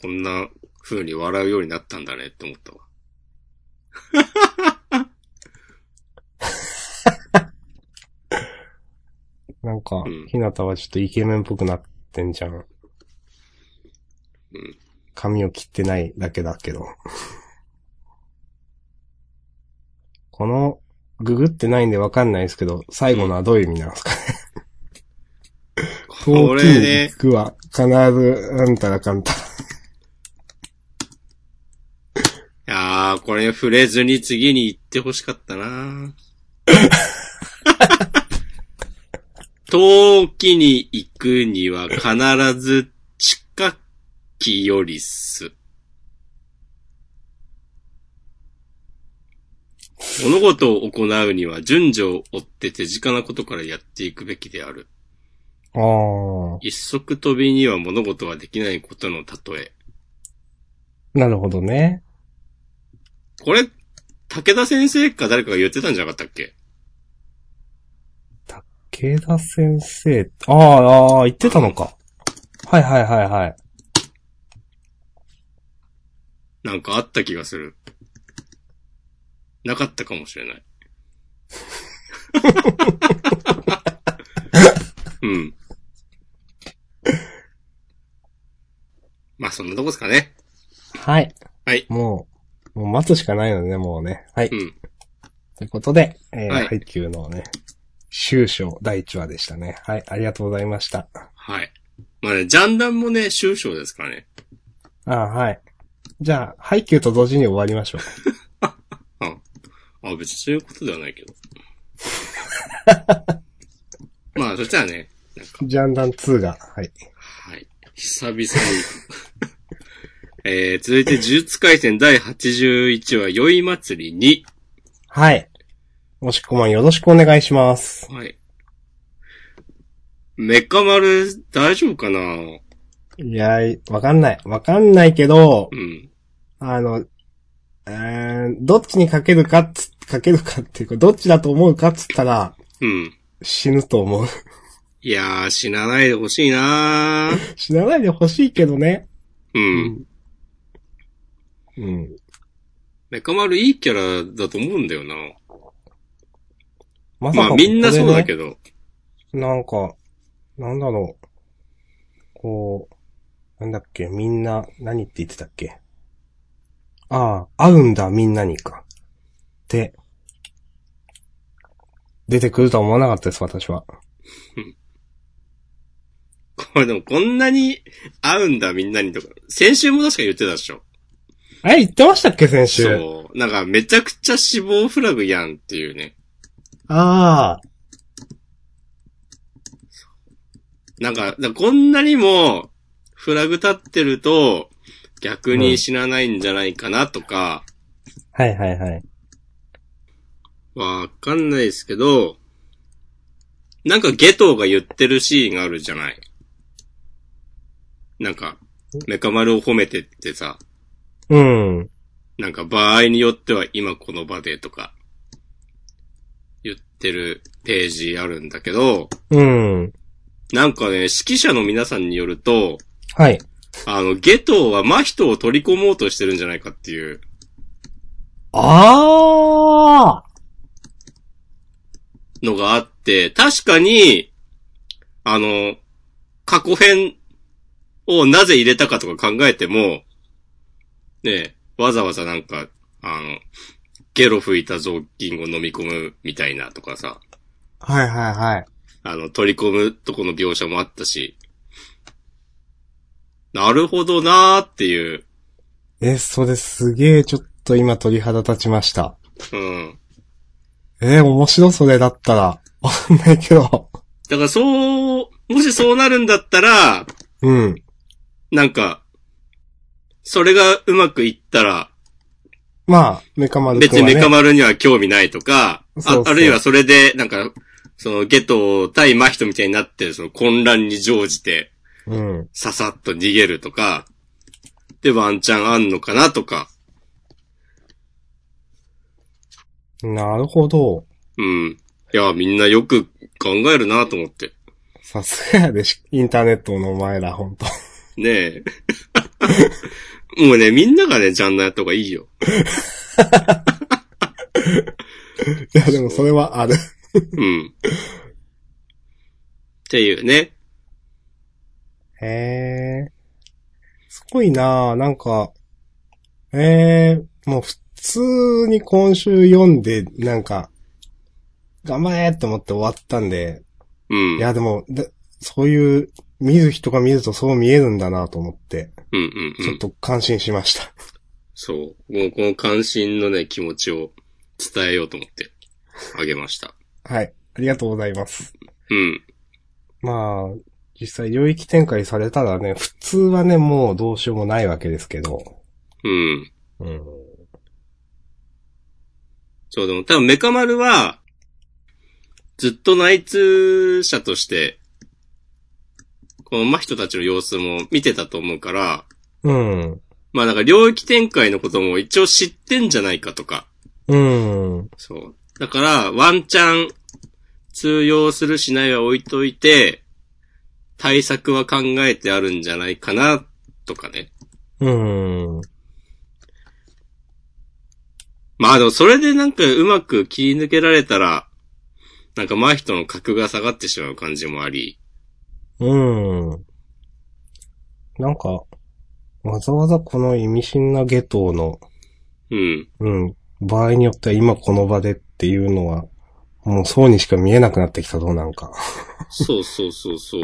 A: こんな風に笑うようになったんだねって思ったわ。
B: なんか
A: うん、
B: ひなたはちょっとイケメンっぽくなってんじゃん。
A: うん。
B: 髪を切ってないだけだけど。 この、ググってないんでわかんないですけど、最後のはどういう意味なんですかね。
A: これね
B: 行、くわ。必ず、なんたらかんたら。
A: いやー、これ触れずに次に行ってほしかったな遠きに行くには必ず近きよりす。物事を行うには順序を追って手近なことからやっていくべきである。
B: あー。
A: 一足飛びには物事ができないことの例え。
B: なるほどね。
A: これ、武田先生か誰かが言ってたんじゃなかったっけ
B: 慶田先生、ああ、ああ、言ってたのか。はいはいはいはい。
A: なんかあった気がする。なかったかもしれない。うん。まあそんなとこですかね。
B: はい。
A: はい
B: もう、もう待つしかないのでね、もうね。はい。
A: うん。
B: ということで、えー、
A: はい
B: ハイキューのね、終章第1話でしたね。はい、ありがとうございました。
A: はい。まあね、ジャンダンもね、終章ですからね。
B: ああ、はい。じゃあ、ハイキューと同時に終わりましょう。
A: あ、別にそういうことではないけど。まあ、そしたらね、なんか、
B: ジャンダン2が、はい。
A: はい。久々に。 えー、続いて、呪術回戦第81話、宵祭り
B: はい。もしこまんよろしくお願いします。
A: 2。はい。メカ丸、大丈夫かない
B: やー、わかんない。わかんないけど
A: う、ん。
B: あの、えー、どっちにかけるかっつ、かけるかっていうか、どっちだと思うかっつったら、
A: うん。
B: 死ぬと思う。
A: いやー、死なないでほしいなー。
B: 死なないでほしいけどね。
A: うん。
B: うん。
A: メカ丸いいキャラだと思うんだよな。
B: ま
A: まあ、みんなそうだ
B: ど
A: けど。
B: なんか、なんだろう。こう、なんだっけ、みんな、何って言ってたっけ。ああ、会うんだ、みんなにか。って、出てくるとは思わなかったです、私は。
A: これでもこんなに会うんだみんなにとか。先週も確か言ってたでしょ。
B: あれ、言ってましたっけ、先週。
A: そう。なんかめちゃくちゃ死亡フラグやんっていうね。
B: ああ、
A: なんか、だこんなにも、フラグ立ってると、逆に死なないんじゃないかなとか、
B: はいはいはい。
A: わかんないですけど、なんかゲトウが言ってるシーンがあるじゃない。なんか、メカ丸を褒めてってさ、
B: うん。
A: なんか場合によっては今この場でとか、言ってるページあるんだけど、
B: うん。
A: なんかね、指揮者の皆さんによると、
B: はい。
A: あの、ゲトウは真人を取り込もうとしてるんじゃないかっていう。
B: ああ
A: のがあって、確かに、あの、過去編をなぜ入れたかとか考えても、ねえ、わざわざなんか、あの、ゲロ吹いた雑巾を飲み込むみたいなとかさ、
B: はいはいはい。
A: あの、取り込むとこの描写もあったし、なるほどなーっていう。
B: え、それすげえちょっと今鳥肌立ちました。
A: うん。
B: えー、面白それだったら。わかんないけど。
A: だからそう、もしそうなるんだったら、
B: うん。
A: なんか、それがうまくいったら、
B: まあ、メカ丸く
A: 別
B: ん
A: に
B: はね。
A: メカ丸には興味ないとか、
B: そうそう
A: ああるいはそれで、なんか、その、ゲト対マヒトみたいになって、その混乱に乗じて、
B: うん。
A: ささっと逃げるとか、でワンチャンあんのかなとか、
B: なるほど。
A: うん。いや、みんなよく考えるなと思って。
B: さすがやでし、インターネットのお前ら、ほんと。
A: ねえ。 もうね、みんながね、ジャンナーやった方がいいよ。
B: いや、でもそれはある。
A: うん。っていうね。
B: へえ。すごいなぁ、なんか、ええもう普通に今週読んで、なんか、頑張れって思って終わったんで、
A: うん。
B: いや、でも、だそういう、見る人が見るとそう見えるんだなと思って、
A: うんうんう
B: ちょっ
A: ん。
B: と感心しました。
A: そう。もうこの関心のね、気持ちを伝えようと思って、あげました。
B: はい。ありがとうございます。
A: うん。
B: まあ、実際領域展開されたらね、普通はね、もうどうしようもないわけですけど。
A: うん。
B: うん。
A: そう、でも多分メカ丸は、ずっと内通者として、このマヒトたちの様子も見てたと思うから、
B: うん。
A: まあなんか領域展開のことも一応知ってんじゃないかとか、
B: うん。
A: そう。だから、ワンチャン、通用するしないは置いといて、対策は考えてあるんじゃないかな、とかね。
B: うん。
A: まあでもそれでなんかうまく切り抜けられたら、なんかマヒトの格が下がってしまう感じもあり。
B: うん。なんか、わざわざこの意味深な下等の、
A: うん。
B: うん、場合によっては今この場でっていうのは、もうそうにしか見えなくなってきたぞ、なんか。
A: そうそうそうそう。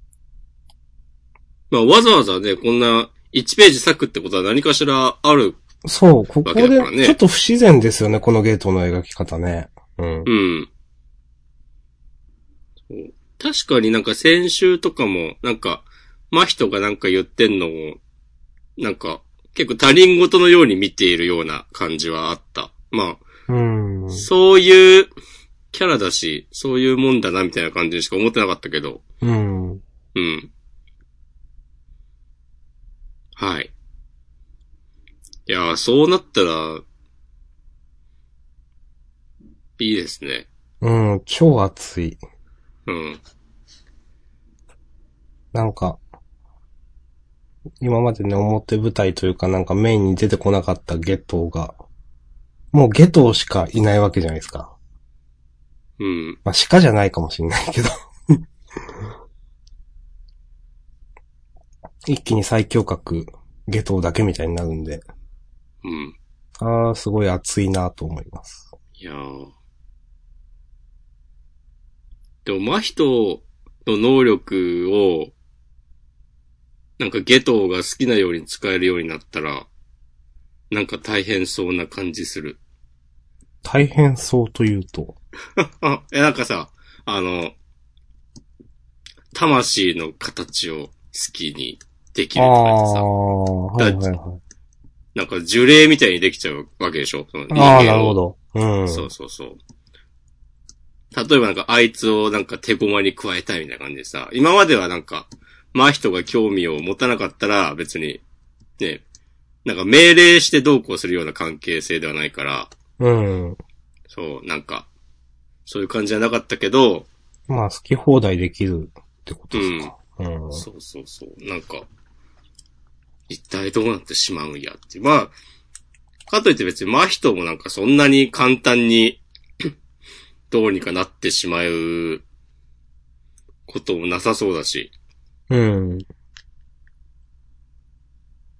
A: まあわざわざね、こんな1ページ割くってことは何かしらある。
B: そう、ここで、
A: わけだからね
B: ちょっと不自然ですよね、このゲートの描き方ね。うん。
A: うん。そう確かになんか先週とかも、なんか、マヒトがなんか言ってんのを、なんか、結構他人事のように見ているような感じはあった。まあ、
B: うん。
A: そういうキャラだし、そういうもんだなみたいな感じにしか思ってなかったけど、
B: うん。
A: うん。はい。いやー、そうなったら、いいですね。
B: うん、超熱い。
A: うん。
B: なんか、今までね、表舞台というかなんかメインに出てこなかったゲトが、もうゲトしかいないわけじゃないですか。
A: うん。
B: まあ、鹿じゃないかもしれないけど。 一気に最強格、下等だけみたいになるんで、
A: うん。
B: ああ、すごい熱いなと思います。
A: いやーでも、真人の能力を、なんかゲトが好きなように使えるようになったら、なんか大変そうな感じする。
B: 大変そうというと。
A: あ、え、なんかさ、あの、魂の形を好きにでき
B: あ
A: るとかって
B: あー、
A: さ、
B: はいはいはい。
A: なんか呪霊みたいにできちゃうわけでしょその人
B: ああ、
A: 間
B: なる
A: を
B: ほど。うん。
A: そうそうそう。例えばなんかあいつをなんか手駒に加えたいみたいな感じでさ、今まではなんか、真人が興味を持たなかったら別に、ね、なんか命令してどうこうするような関係性ではないから、
B: うん。
A: そう、なんか、そういう感じじゃなかったけど、
B: まあ、好き放題できるってことですか。うん。
A: そうそうそう、なんか、一体どうなってしまうんやっていう。まあ、かといって別に真人もなんかそんなに簡単に どうにかなってしまうこともなさそうだし、
B: うん。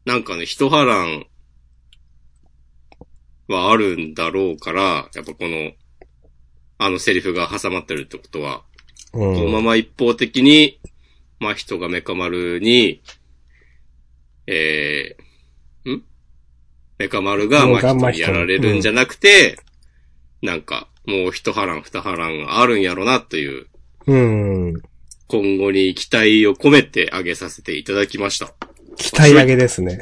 A: なんかね、人波乱はあるんだろうから、やっぱこの、あのセリフが挟まってるってことは、
B: う
A: この
B: ん。
A: まま一方的にまあ、人がメカ丸に、えー、んメカ丸が、
B: うん
A: まあ、
B: ガン
A: 人
B: マ
A: に
B: ヒ
A: や
B: ト
A: られるんじゃなくて、なんか、もう一波乱二波乱があるんやろな、という、
B: うん。
A: 今後に期待を込めてあげさせていただきました。
B: 期待上げですね。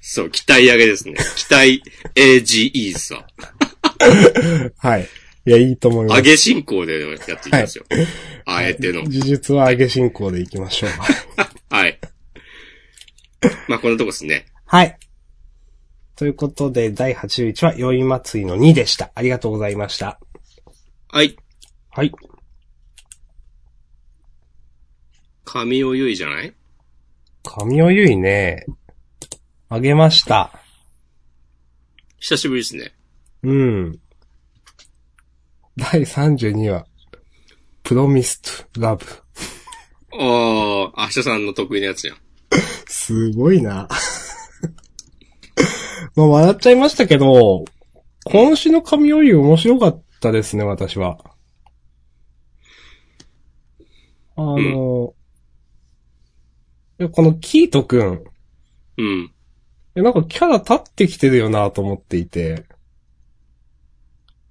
A: そう、期待上げ ですね。期待 AGE さ。
B: はい。いや、いいと思います
A: 上。げ進行でやっていきますよ。あえての。
B: 呪術は上げ進行でいきましょう。
A: はい。まあ、こんなとこですね。
B: はい。ということで、第81話、宵祭りの2でした。ありがとうございました。
A: はい。
B: はい。
A: 神尾優衣じゃない
B: 神尾ゆいね、あげました。
A: 久しぶりですね。
B: うん。第32話、プロミストラブ。
A: ああ、明日さんの得意なやつやん。
B: すごいな。 まあ、笑っちゃいましたけど、今週の神尾湯面白かったですね、私は。あの、いやこのキートくん、
A: うん。
B: いやなんかキャラ立ってきてるよなと思っていて、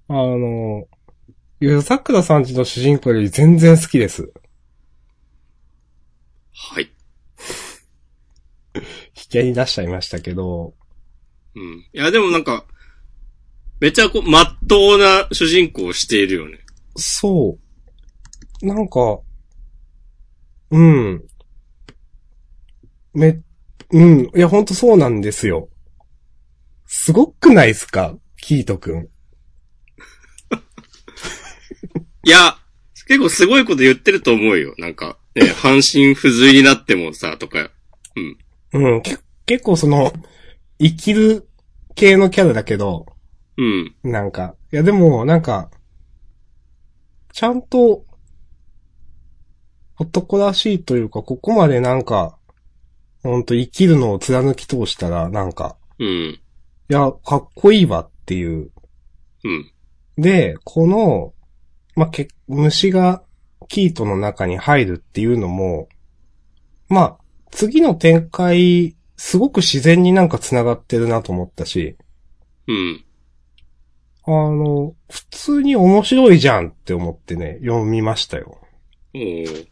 B: あの、ゆさくらさんちの主人公より全然好きです。
A: はい。
B: 引き合いに出しちゃいましたけど、
A: うん。いや、でもなんか、めっちゃこう、まっとうな主人公をしているよね。
B: そう。なんか、うん。め、うん。いや、ほんとそうなんですよ。すごくないですかキートくん。
A: いや、結構すごいこと言ってると思うよ。なんか、 ね、半身不随になってもさ、とか。
B: うん。け結構その、生きる系のキャラだけど、
A: うん。
B: なんか、いやでも、なんか、ちゃんと、男らしいというか、ここまでなんか、ほんと生きるのを貫き通したら、なんか、
A: うん。
B: いや、かっこいいわっていう。
A: うん。
B: で、この、まあ、け、虫がキートの中に入るっていうのも、まあ、次の展開、すごく自然になんか繋がってるなと思ったし、
A: うん。
B: あの、普通に面白いじゃんって思ってね、読みましたよ。
A: おー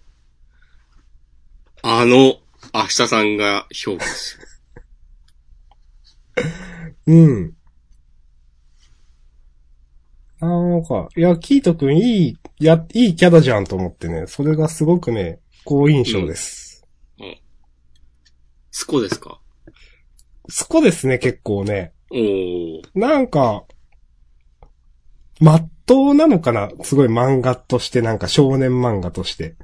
A: あの、明日さんが評価す る。
B: うん。なんか、いや、キートくんいい、や、いいキャラじゃんと思ってね、それがすごくね、好印象です。
A: スコですか
B: そこですね、結構ね。
A: おー
B: なんか、まっとうなのかなすごい漫画として、なんか少年漫画として。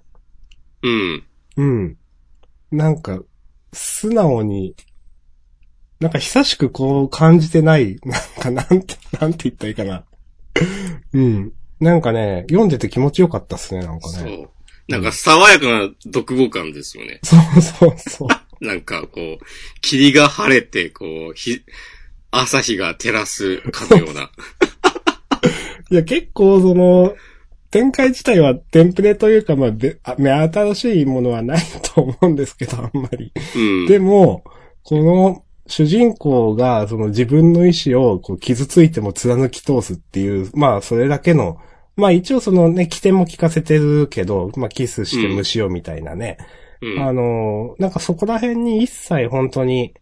A: うん。
B: うん。なんか、素直に、なんか久しくこう感じてない、なんかなんて、なんて言ったらいいかな。うん。なんかね、読んでて気持ちよかったっすね、なんか
A: そ
B: ね。
A: う。なんか爽やかな独語感ですよね。
B: そうそうそう。
A: なんかこう、霧が晴れて、こう、日、朝日が照らすかのよう な。
B: いや、結構その、展開自体はテンプレというか、まあ、べあ目新しいものはないと思うんですけど、あんまり。
A: うん。
B: でも、この主人公がその自分の意志をこう傷ついても貫き通すっていう、まあそれだけの、まあ一応そのね、起点も聞かせてるけど、まあキスして虫をみたいなね。
A: うん
B: あの、なんかそこら辺に一切本当に、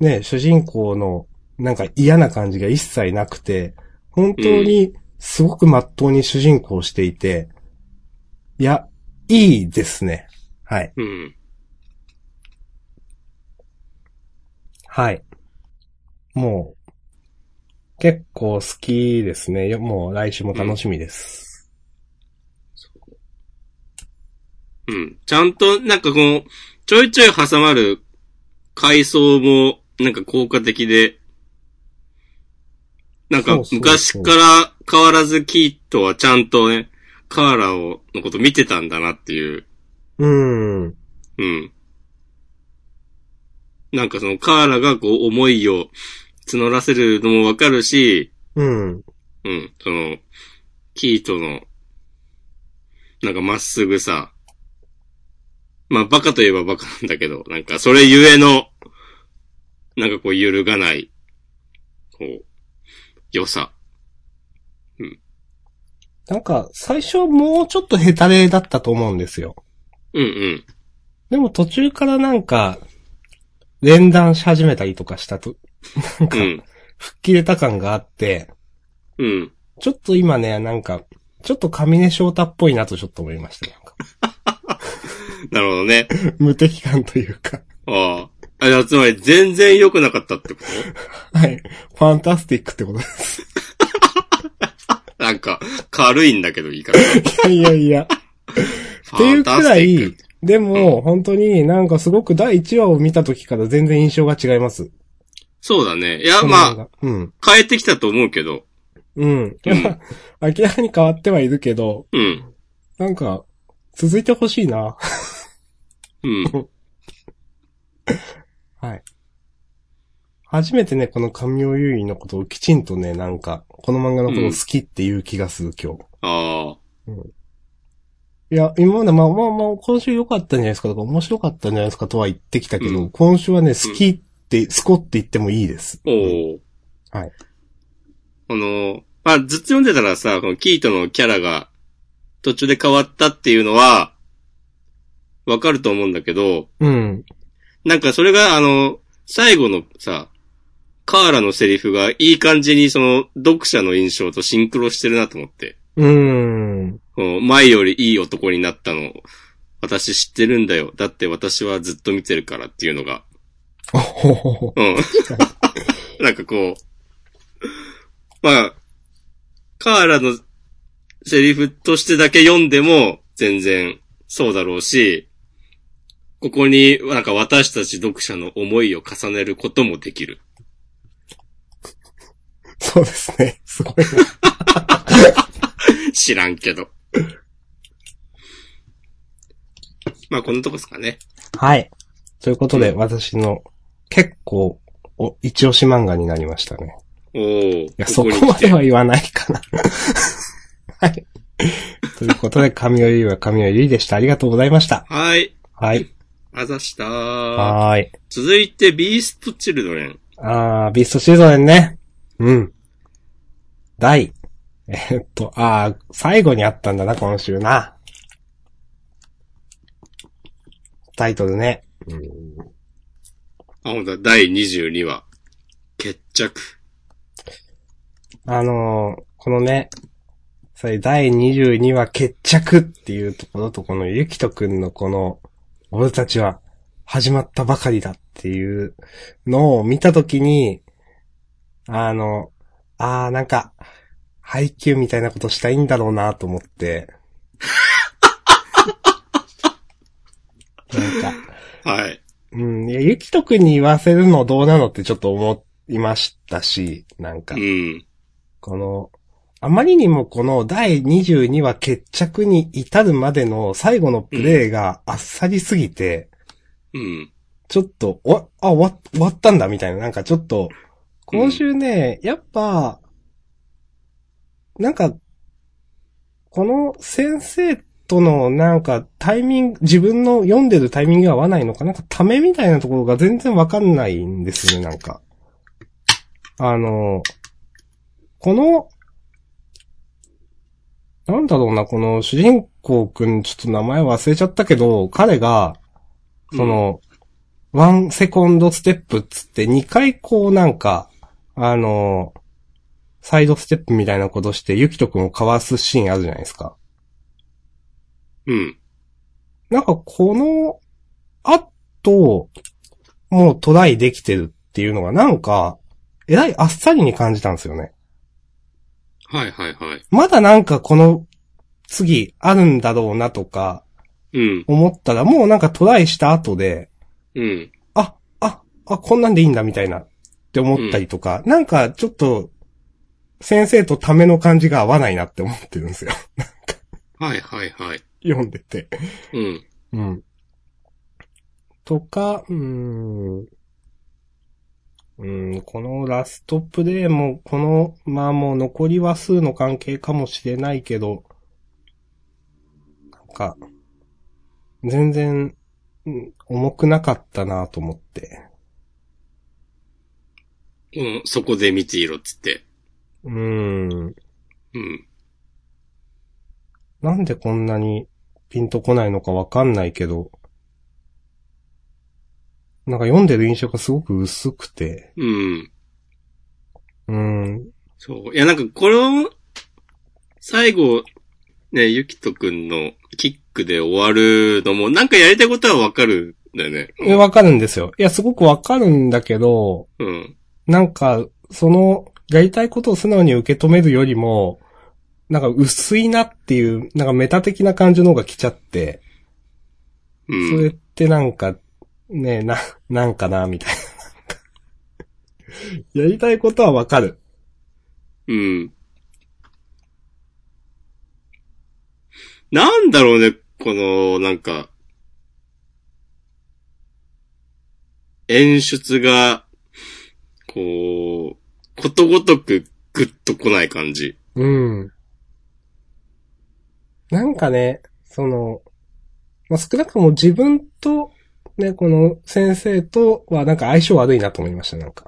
B: ね、主人公のなんか嫌な感じが一切なくて、本当にすごく真っ当に主人公をしていて、いや、いいですね。はい。
A: うん。
B: はい。もう、結構好きですね。よもう来週も楽しみです。
A: うん。ちゃんと、なんかこの、ちょいちょい挟まる階層も、なんか効果的で、なんか
B: そうそうそう
A: 昔から変わらずキートはちゃんとね、カーラを、のこと見てたんだなっていう、
B: うん。うん。
A: うん。なんかそのカーラがこう思いを募らせるのもわかるし、うん、その、キートの、なんかまっすぐさ、まあ、バカといえばバカなんだけど、なんか、それゆえの、なんかこう、揺るがない、こう、良さ。
B: なんか、最初もうちょっとヘタレだったと思うんですよ。
A: うんうん。
B: でも途中からなんか、連弾し始めたりとかしたと、な
A: う
B: んか、
A: ん。
B: 吹っ切れた感があって、
A: うん。
B: ちょっと今ね、なんか、ちょっと上根翔太っぽいなとちょっと思いました。なん か
A: なるほどね。
B: 無敵感というか、
A: ああ。あ、じゃあつまり、全然良くなかったってこ
B: はい。ファンタスティックってことです。
A: となんか、軽いんだけど、言い方。っ
B: いやいやいや。っていうくらい、で
A: う
B: も、本当になんかすごく第1話を見た時から全然印象が違います。
A: そうだね。いや、
B: この
A: ま
B: 映
A: あ、
B: 画うん。
A: 変えてきたと思うけど。
B: うん。
A: うん
B: まあ 明らかに変わってはいるけど、
A: うん。
B: なんか、続いてほしいな。
A: うん。
B: はい。初めてね、この神尾優衣のことをきちんとね、なんか、この漫画のことを好きっていう気がする、今日。
A: ああ。
B: いや、今まで、まあまあまあ、今週良かったんじゃないですかとか、面白かったんじゃないですかとは言ってきたけど、
A: う
B: 今週はね、好きって、スコって言ってもいいです。
A: おお。
B: はい。
A: あの、まあ、ずっと読んでたらさ、このキートのキャラが途中で変わったっていうのは、わかると思うんだけど、
B: うん。
A: なんかそれがあの、最後のさ、カーラのセリフがいい感じにその読者の印象とシンクロしてるなと思って。
B: うーん。
A: この前よりいい男になったの、私知ってるんだよ。だって私はずっと見てるからっていうのが。
B: おほほほ
A: うん。なん かこう、まあ、カーラのセリフとしてだけ読んでも全然そうだろうし、ここになんか私たち読者の思いを重ねることもできる。
B: そうですね。すごい
A: 知らんけど。 まあこんなとこですかね。
B: な。はい。ということで、私の結構、お、一押し漫画になりましたね。
A: おー。
B: いや、そ
A: こ
B: こ
A: こに
B: ま
A: 来て
B: では言わないかな。 はい。ということで、神尾ゆいは神尾ゆいでした。ありがとうございました。
A: はい。
B: はい。
A: あざした
B: はーい。
A: 続いて、ビーストチルドレン。
B: あー、ビーストシーズンね。うん。第、えーっと、あー、最後にあったんだな、今週な。タイトルね。
A: あ、ほんとだ、第22話。決着。
B: あのー、このね、それ第22話決着っていうところと、このゆきとくんのこの、俺たちは始まったばかりだっていうのを見たときに、あの、あーなんか、配給みたいなことしたいんだろうなと思って。 なんか、
A: はい。
B: うん、いや、ゆきとくんに言わせるのどうなのってちょっと思いましたし、なんか
A: う。ん。
B: この、あまりにもこの第22話決着に至るまでの最後のプレイがあっさりすぎて、
A: うん。
B: ちょっと、お、あ、終わ終わったんだみたいな、なんかちょっと、今週ね、やっぱ、なんか、この先生とのなんかタイミング、自分の読んでるタイミングが合わないのか、なんかためみたいなところが全然わかんないんですよね、なんか。あの、この、なんだろうな、この主人公くん、ちょっと名前忘れちゃったけど、彼が、その、ワンセコンドステップっつって2回こうなんか、あの、サイドステップみたいなことして、ゆきとくんをかわすシーンあるじゃないですか。
A: うん。
B: なんかこの、あと、もうトライできてるっていうのがなんか、えらいあっさりに感じたんですよね。
A: はいはいはい。
B: まだなんかこの次あるんだろうなとか
A: うん。
B: 思ったら、もうなんかトライした後で、
A: うん。
B: あ、あ、あ、こんなんでいいんだみたいなって思ったりとか、なんかちょっと、先生とための感じが合わないなって思ってるんですよ。
A: はいはいはい。
B: 読んでて。
A: うん。
B: うん。とか、うーん。うん、このラストプレイも、この、まあもう残り話数の関係かもしれないけど、なんか、全然、うん重くなかったなと思って。
A: うん、そこで見ていろっつって。
B: うーん。
A: うん。
B: なんでこんなにピンとこないのかわかんないけど、なんか読んでる印象がすごく薄くて、
A: うん。
B: うーん。
A: そう。いや、なんか、この、最後、ね、ゆきとくんのキックで終わるのも、なんかやりたいことはわかるんだよね。
B: えわかるんですよ。いや、すごくわかるんだけど、
A: うん。
B: なんか、その、やりたいことを素直に受け止めるよりも、なんか薄いなっていう、なんかメタ的な感情の方が来ちゃって、
A: う
B: それ
A: ん。
B: ってなんか、ねえ、な、なんかな、みたいな。 やりたいことはわかる。
A: うん。なんだろうね、この、なんか、演出が、こう、ことごとくグッと来ない感じ。
B: うん。なんかね、その、まあ、少なくとも自分と、ね、この先生とはなんか相性悪いなと思いました、なんか。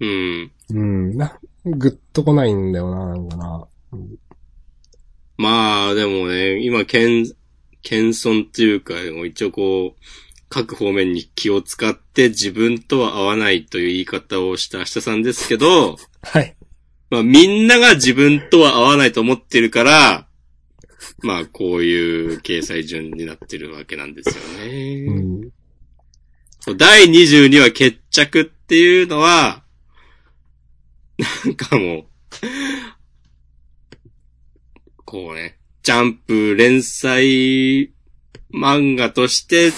A: うん。
B: うん、な、ぐっとこないんだよな、なんかな。
A: まあ、でもね、今、謙、謙遜というか、もう一応こう、各方面に気を使って自分とは合わないという言い方をした明日さんですけど、
B: はい。
A: まあみんなが自分とは合わないと思ってるから、まあこういう掲載順になってるわけなんですよね。
B: うん。
A: そう第22話決着っていうのは、なんかもう、こうね、ジャンプ連載漫画として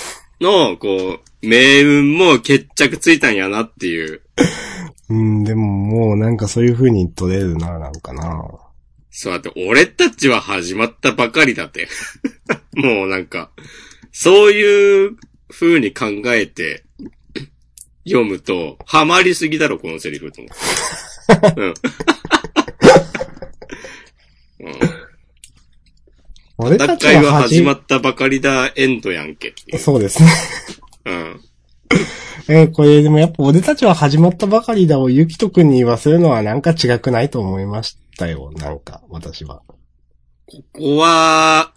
A: の、こう、命運も決着ついたんやなっていう。
B: うん、でももうなんかそういう風に取れるな、なんかな。
A: そうだって、俺たちは始まったばかりだって。 もうなんか、そういう風に考えて読むと、ハマりすぎだろ、このセリフと思って。 うん。うん
B: 俺たち
A: 戦いは
B: は
A: 始
B: 始
A: ま
B: ま
A: ったばかりだ、エンドやんけっていう。
B: そうですね。
A: うん。
B: えーこれでもやっぱ俺たちは始まったばかりだをゆきとくんに言わせるのはなんか違くないと思いましたよ、なんか、私は。
A: ここは、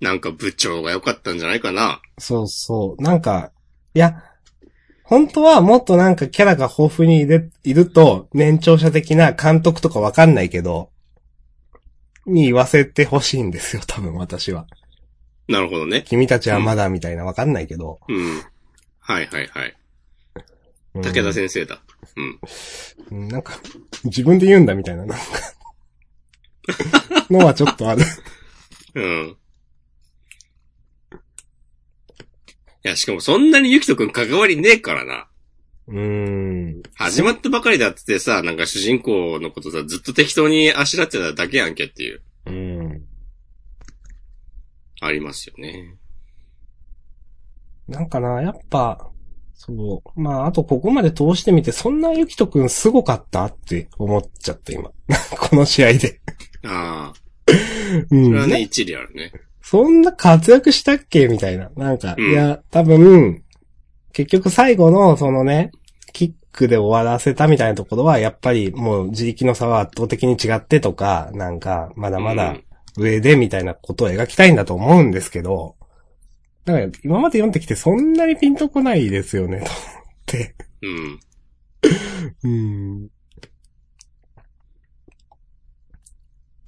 A: なんか部長が良かったんじゃないかな。
B: そうそう。なんか、いや、本当はもっとなんかキャラが豊富にいるいると、年長者的な監督とかわかんないけど、に言わせてほしいんですよ、多分私は。
A: なるほどね。
B: 君たちはまだみたいなわかんないけど。
A: うん。はいはいはい。
B: うん
A: 武田先生だ。うん。
B: うんなんか、自分で言うんだみたいな、なんか。のはちょっとある。
A: うん。いや、しかもそんなにゆきとくん関わりねえからな。
B: うーん。
A: 始まったばかりだっつってさ、なんか主人公のことさ、ずっと適当にあしらってただけやんけっていう、
B: うん。
A: ありますよね。
B: なんかな、やっぱ、そう。まあ、あとここまで通してみて、そんなゆきとくんすごかったって思っちゃって、今。 この試合で。
A: ああ。
B: う
A: それは
B: ん。
A: ね、一理あるね。
B: そんな活躍したっけみたいな。なんか、
A: うん
B: いや、多分、結局最後の、そのね、キックで終わらせたみたいなところは、やっぱりもう自力の差は圧倒的に違ってとか、なんか、まだま
A: う
B: だ
A: ん
B: 上でみたいなことを描きたいんだと思うんですけど、だから今まで読んできてそんなにピンとこないですよね、と思って。
A: うん。
B: うん。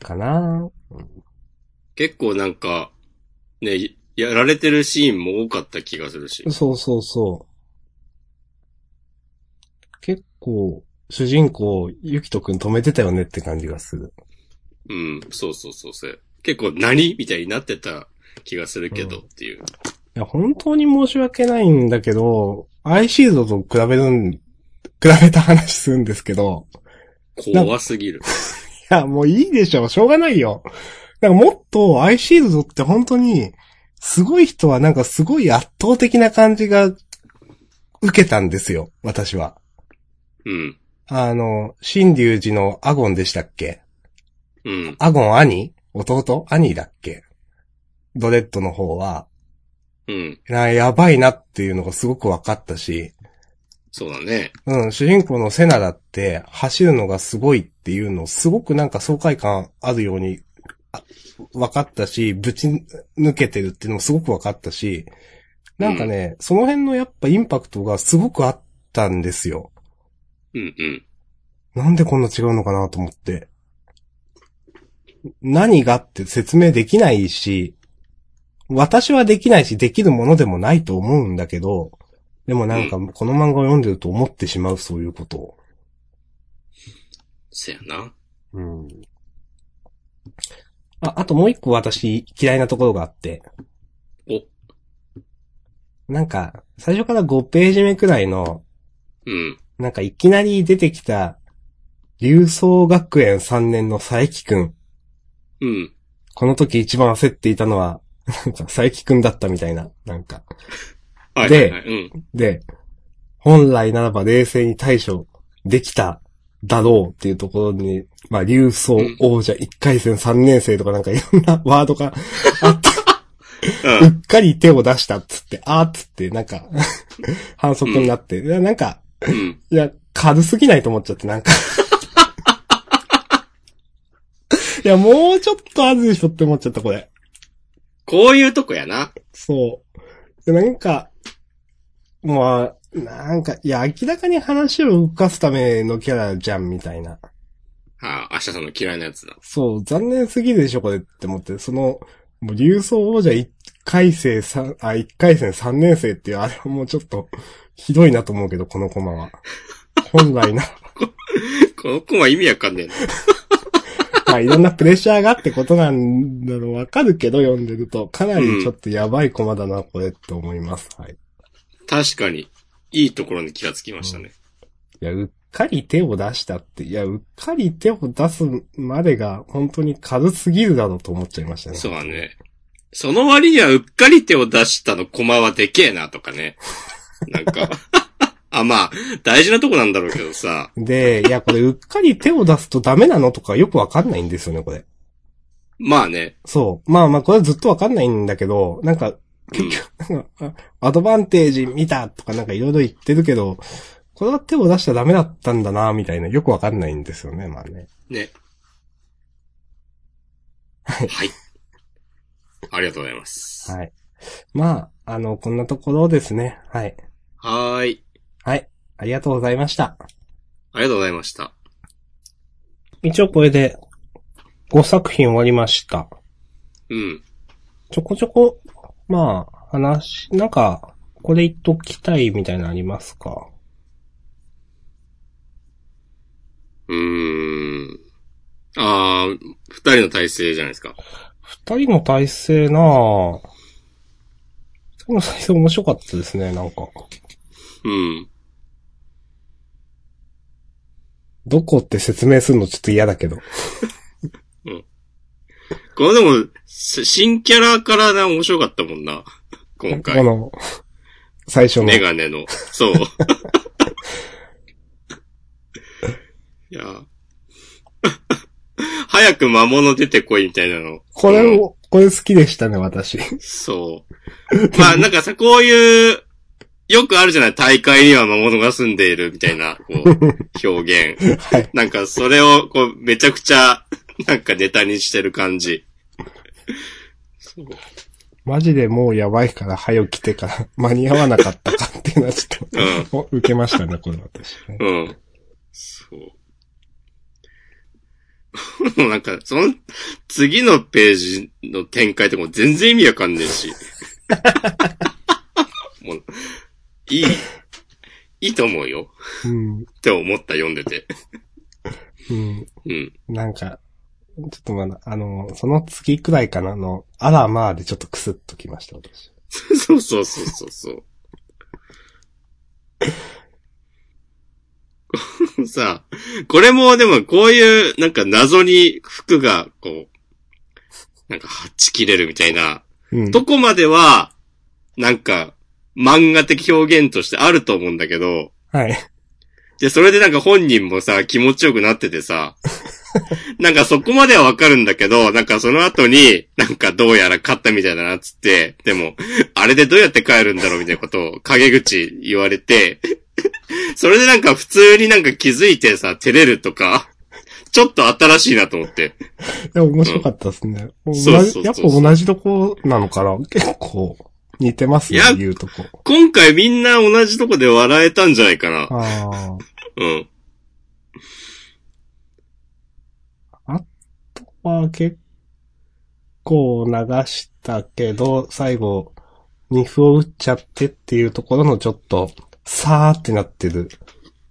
B: かな
A: 結構なんか、ね、やられてるシーンも多かった気がするし。
B: そうそうそう。結構、主人公、ゆきとくん止めてたよねって感じがする。
A: うん。そうそうそうそう。結構何みたいになってた気がするけどっていう。
B: いや、本当に申し訳ないんだけど、アイシールドと比べるん、比べた話するんですけど、
A: 怖すぎる。
B: いや、もういいでしょ、しょうがないよ。なんかもっと、アイシールドって本当に、すごい人はなんかすごい圧倒的な感じが、受けたんですよ、私は。
A: うん。
B: あの、新竜寺のアゴンでしたっけ
A: うん。
B: アゴン兄弟兄だっけドレッドの方は、
A: うん。
B: な、やばいなっていうのがすごく分かったし、
A: そうだね。
B: うん、主人公のセナだって走るのがすごいっていうのをすごくなんか爽快感あるようにあ分かったし、ぶち抜けてるっていうのもすごく分かったし、なんかね、その辺のやっぱインパクトがすごくあったんですよ。
A: うんうん。
B: なんでこんな違うのかなと思って。何がって説明できないし、私はできないし、できるものでもないと思うんだけど、でもなんか、この漫画を読んでると思ってしまう、そういうことを。
A: せやな。
B: うん。あ、あともう一個私嫌いなところがあって。
A: お。
B: なんか、最初から5ページ目くらいの、
A: うん。
B: なんかいきなり出てきた、流層学園3年の佐伯くん。
A: うん。
B: この時一番焦っていたのは、なんか、佐伯くんだったみたいな、なんか。
A: はい、は
B: で
A: いはい。うん。
B: で、本来ならば冷静に対処できただろうっていうところに、まあ、流走王者1回戦3年生とかなんかいろんなワードが、 うっかり手を出したっつって、あーっつって、なんか、 反則になって、いやなんか、
A: うん。うん。
B: いや、軽すぎないと思っちゃって、なんか。いや、もうちょっとあるでしょって思っちゃった、これ。
A: こういうとこやな。
B: そう。でなんか、まあ、なんか、いや、明らかに話を動かすためのキャラじゃん、みたいな。
A: はあ、明日さんの嫌いなやつだ。
B: そう、残念すぎるでしょ、これって思って。その、もう、流走王者1回生三あ、一回戦3年生っていう、あれはもうちょっと、ひどいなと思うけど、このコマは。本来な、
A: この子は意味わかんねえな。
B: まあ、いろんなプレッシャーがあってことなんだろう、わかるけど、読んでると、かなりちょっとやばいコマだな、これって思います。はい。
A: 確かに、いいところに気がつきましたね。
B: いや、うっかり手を出したって、いや、うっかり手を出すまでが本当に軽すぎるだろうと思っちゃいましたね。
A: そうだね。その割にはうっかり手を出したの駒はでけえなとかね。なんか。 あ、まあ、大事なとこなんだろうけどさ。
B: で、いや、これうっかり手を出すとダメなのとかよくわかんないんですよね、これ。
A: まあね。
B: そう。まあまあ、これずっとわかんないんだけど、なんか、結局、なんかあアドバンテージ見たとかなんかいろいろ言ってるけど、これは手を出しちゃダメだったんだな、みたいな、よくわかんないんですよね、まあね。
A: ね。はい。ありがとうございます。
B: はい。まあ、あの、こんなところですね。はい。
A: はーい。
B: はい。ありがとうございました。
A: ありがとうございました。
B: 一応これで5作品終わりました。
A: うん。
B: ちょこちょこ、まあ、話、なんか、これ言っときたいみたいなのありますか
A: うーん。あー、二人の体制じゃないですか。
B: 二人の体制なぁ。二人の体制面白かったですね、なんか。
A: うん。
B: どこって説明するのちょっと嫌だけど。
A: これでも、し新キャラからな、面白かったもんな。今
B: こ
A: 回。
B: の、最初の。
A: メガネの。 そう。いや。 早く魔物出てこいみたいなの。
B: これを、これ好きでしたね、私。
A: そう。まあなんかさ、こういう、よくあるじゃない大会には魔物が住んでいるみたいな、こう、表現。
B: はい。
A: なんかそれを、こう、めちゃくちゃ、なんかネタにしてる感じ。そう
B: マジでもうやばいから、早起きてから、間に合わなかったかっていうのはちょっ
A: う
B: と、
A: ん。
B: お受けましたね、これ私。
A: うん。そう。 もうなんか、その、次のページの展開とかも全然意味わかんねえし。もう、いい、いいと思うよ。
B: うん。
A: って思った、読んでて。
B: うん。
A: うん。
B: なんか、ちょっとまだ、あの、その月くらいかなあの、あらまあでちょっとクスッときました、私。
A: そうそうそうそうそう。 さあ、これもでもこういうなんか謎に服がこう、なんかはっち切れるみたいな
B: うん。
A: どこまでは、なんか、漫画的表現としてあると思うんだけど、
B: はい。
A: で、それでなんか本人もさ、気持ちよくなっててさ、なんかそこまではわかるんだけど、なんかその後に、なんかどうやら勝ったみたいだなっつって、でも、あれでどうやって帰るんだろうみたいなことを陰口言われて、それでなんか普通になんか気づいてさ、照れるとか、ちょっと新しいなと思って。
B: いや、面白かったですね。同じ
A: そうそうそう
B: やっぱ同じとこなのかな結構、似てますね
A: いや、
B: 言うとこ。
A: 今回みんな同じとこで笑えたんじゃないかな。
B: あ
A: うん。
B: あ。は結構流したけど、最後、二歩を打っちゃってっていうところのちょっと、さーってなってる、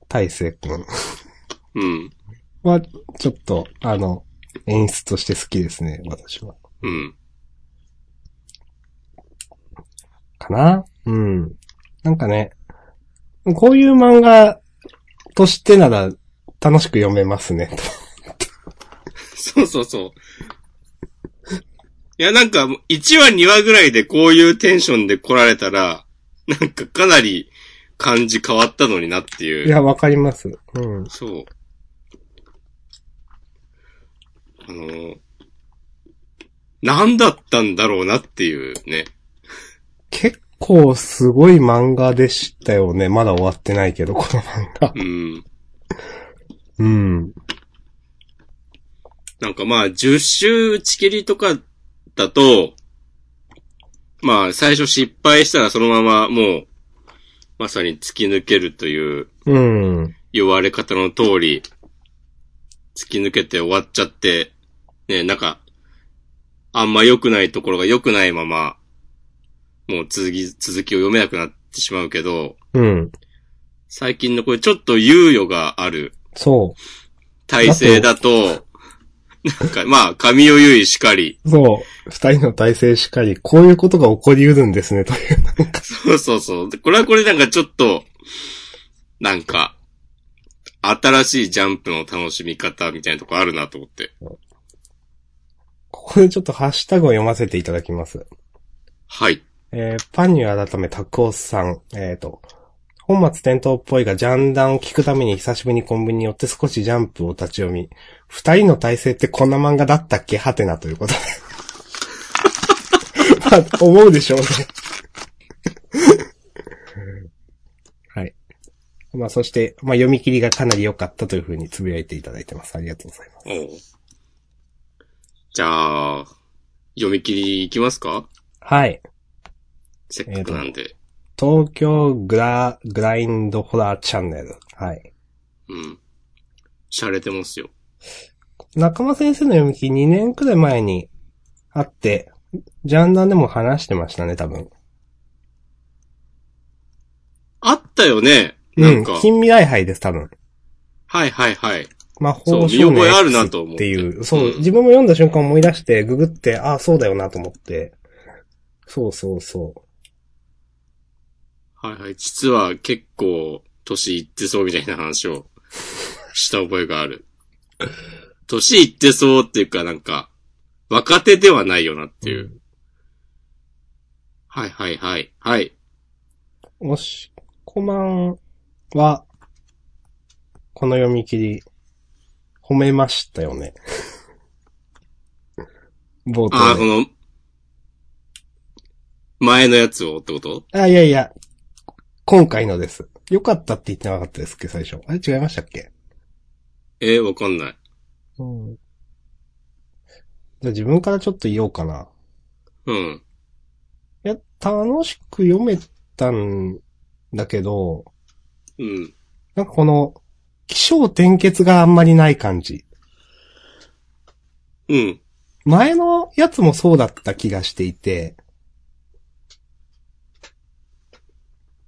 B: 大成君
A: うん。
B: は、ちょっと、あの、演出として好きですね、私は。
A: うん。
B: かなうん。なんかね、こういう漫画としてなら楽しく読めますね。
A: そうそうそう。いや、なんか、1話2話ぐらいでこういうテンションで来られたら、なんかかなり感じ変わったのになっていう。
B: いや、わかります。うん。
A: そう。あの、なんだったんだろうなっていうね。
B: 結構すごい漫画でしたよね。まだ終わってないけど、この漫画。
A: うん。
B: うん。
A: なんかまあ、10周打ち切りとかだと、まあ、最初失敗したらそのままもう、まさに突き抜けるという
B: うん。
A: 言われ方の通り、突き抜けて終わっちゃって、ね、なんか、あんま良くないところが良くないまま、もう続き、続きを読めなくなってしまうけど、
B: うん。
A: 最近のこれちょっと猶予がある
B: そ
A: 体制だと、なんか、まあ、神尾優衣しかり、
B: う。そう。二人の体制しかり、こういうことが起こりうるんですね、という。
A: そうそうそう。でこれはこれなんかちょっと、なんか、新しいジャンプの楽しみ方みたいなとこあるなと思って。
B: ここでちょっとハッシュタグを読ませていただきます。
A: はい。
B: えーパンに改めタクオスさん、えーと、本末転倒っぽいがジャンダンを聞くために久しぶりにコンビニに寄って少しジャンプを立ち読み、二人の体制ってこんな漫画だったっけはてなということで。 まあ、思うでしょうね。 はい。まあ、そして、まあ、読み切りがかなり良かったというふうにつぶやいていただいてます。ありがとうございます。
A: おうじゃあ、読み切りいきますか
B: はい。
A: せっかくなんで。
B: 東京グラ、グラインドホラーチャンネル。はい。
A: うん。洒落てますよ。
B: 中間先生の読み切り2年くらい前にあって、ジャンダンでも話してましたね、多分。
A: あったよね
B: う
A: なん
B: ん
A: か。。
B: 近未来杯です、多分。
A: はいはいはい。
B: 魔
A: そう
B: 法
A: 見
B: 少
A: 覚え
B: 年
A: あるなと
B: X
A: 思っ
B: ってていう。そう、
A: うん
B: 自分も読んだ瞬間思い出して、ググって、ああ、そうだよなと思って。そうそうそ
A: はいはい。実は結構、年いってそうみたいな話をした覚えがある。年いってそうっていうかなんか、若手ではないよなっていう。はいはいはい。はい。
B: う。もし、こまんは、この読み切り、褒めましたよ ね。冒
A: ああ、
B: 頭
A: こ
B: で。
A: の、前のやつをってこと
B: あ、いやいや、今回のです。良かったって言ってなかったですっけ、最初。あれ違いましたっけ
A: えー、わかんない。
B: うん。じゃあ自分からちょっと言おうかな。
A: うん。
B: いや、楽しく読めたんだけど、
A: うん。
B: なんかこの、気象転結があんまりない感じ。
A: うん。
B: 前のやつもそうだった気がしていて、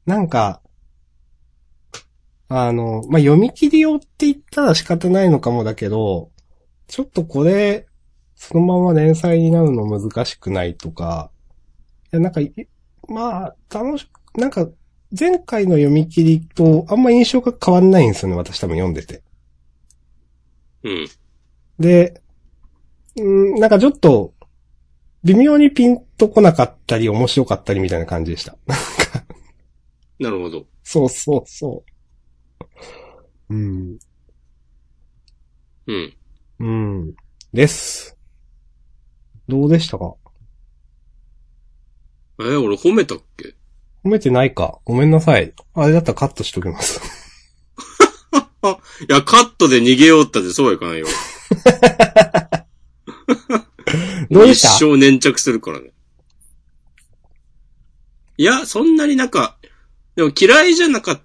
B: なんか、あの、まあ、読み切りをって言ったら仕方ないのかもだけど、ちょっとこれ、そのまま連載になるの難しくないとか、いや、なんか、いまあ、楽しく、なんか、前回の読み切りとあんま印象が変わんないんですよね、私多分読んでて。
A: うん。
B: で、うんなんかちょっと、微妙にピンとこなかったり、面白かったりみたいな感じでした。
A: なるほど。
B: そうそうそう。うん。
A: うん。
B: うん。です。どうでしたか
A: えー俺褒めたっけ
B: 褒めてないか。ごめんなさい。あれだったらカットしときます。
A: いや、カットで逃げようったってそうはいかない よ。
B: どうで
A: 一
B: した
A: 生粘着するからね。いや、そんなになんか、でも嫌いじゃなかっ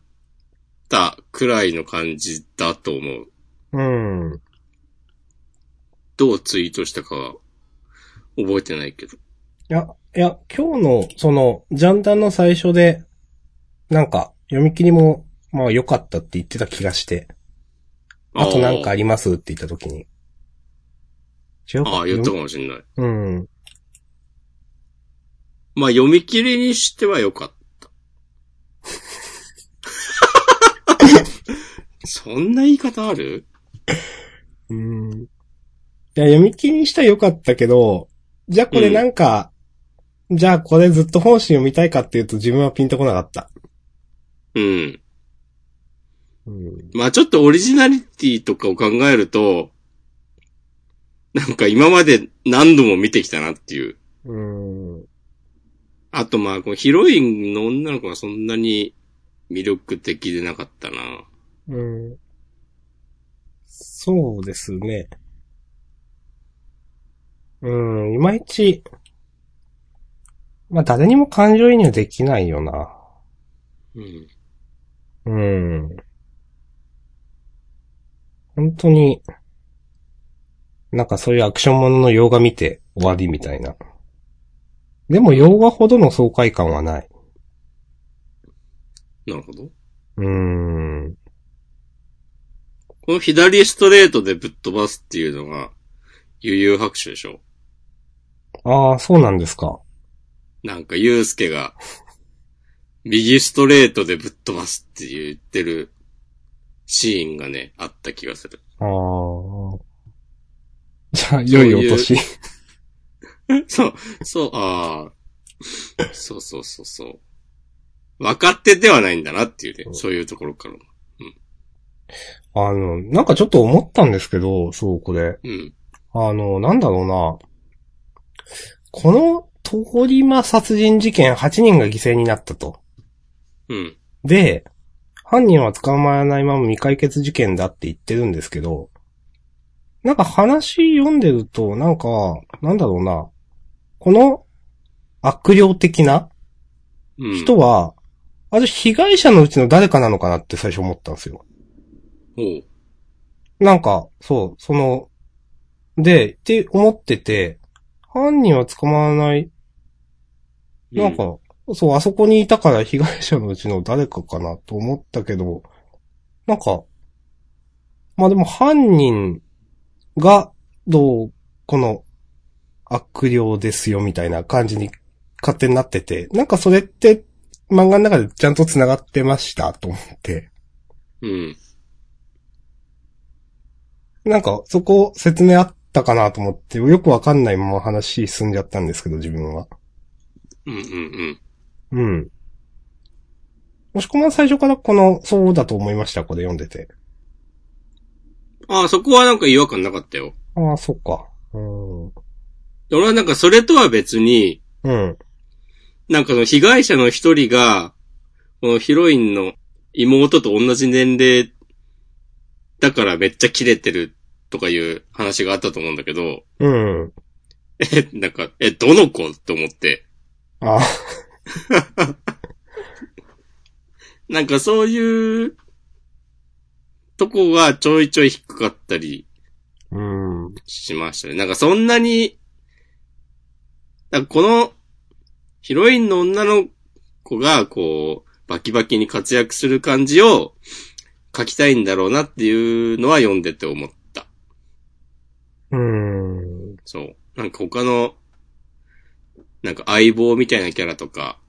A: たくらいの感じだと思う。
B: うん。
A: どうツイートしたかは覚えてないけど。
B: いや、いや、今日の、その、ジャンダンの最初で、なんか、読み切りも、まあ良かったって言ってた気がして、あとなんかありますって言った時に。違う
A: あーあー、言った
B: 読
A: かもしんない。
B: みうん。
A: まあ、読み切りにしてはよかった。そんな言い方ある
B: うん。いや、読み切りにしたら良かったけど、じゃあこれなんか、じゃあこれずっと本心を見たいかっていうと自分はピンとこなかった。
A: うん。
B: うん。
A: まあちょっとオリジナリティとかを考えると、なんか今まで何度も見てきたなっていう。
B: うん。
A: あとまあこのヒロインの女の子がそんなに魅力的でなかったな。
B: うん。そうですね。うん、いまいち、まあ、誰にも感情移入できないよな。
A: うん。
B: うん。本当に、なんかそういうアクションものの洋画見て終わりみたいな。でも洋画ほどの爽快感はない。
A: なるほど。
B: うん。
A: この左ストレートでぶっ飛ばすっていうのが、悠々白書でしょ
B: ああ、そうなんですか。
A: なんか、ゆうすけが、右ストレートでぶっ飛ばすって言ってるシーンがね、あった気がする。
B: ああ。じゃあ、良いお年。
A: そう、そう、ああ。そうそうそうそう。分かってではないんだなっていうね、そういうところからも。
B: あの、なんかちょっと思ったんですけど、そう、これ。
A: うん。
B: あの、なんだろうな。この、通り魔殺人事件8人が犠牲になったと。
A: うん。
B: で、犯人は捕まらないまま未解決事件だって言ってるんですけど、なんか話読んでると、なんか、なんだろうな。この悪霊的な
A: うん。
B: 人は、あれ被害者のうちの誰かなのかなって最初思ったんですよ。
A: おう。
B: なんか、そう、その、で、って思ってて、犯人は捕まらない、なんか、そう、あそこにいたから被害者のうちの誰かかなと思ったけど、なんか、まあでも犯人が、どう、この、悪霊ですよみたいな感じに勝手になってて、なんかそれって漫画の中でちゃんと繋がってましたと思って。
A: うん。うん。
B: なんか、そこ説明あったかなと思って、よくわかんないまま話進んじゃったんですけど、自分は。
A: うんうん
B: うん。もしこも最初からこの、そうだと思いました、これ読んでて。
A: うん。ああ、そこはなんか違和感なかったよ。
B: ああ、そっか。うん。う
A: で俺はなんかそれとは別に、
B: ん。
A: なんかその被害者の一人が、このヒロインの妹と同じ年齢だからめっちゃキレてるとかいう話があったと思うんだけど、
B: うん。
A: え、なんか、え、どの子って思って。
B: ああ、
A: なんかそういうとこがちょいちょい引っかかったり
B: うん。うん。
A: しましたね。なんかそんなに、なんかこのヒロインの女の子がこう、バキバキに活躍する感じを書きたいんだろうなっていうのは読んでて思った。
B: うん。
A: そう。なんか他の、なんか相棒みたいなキャラとか、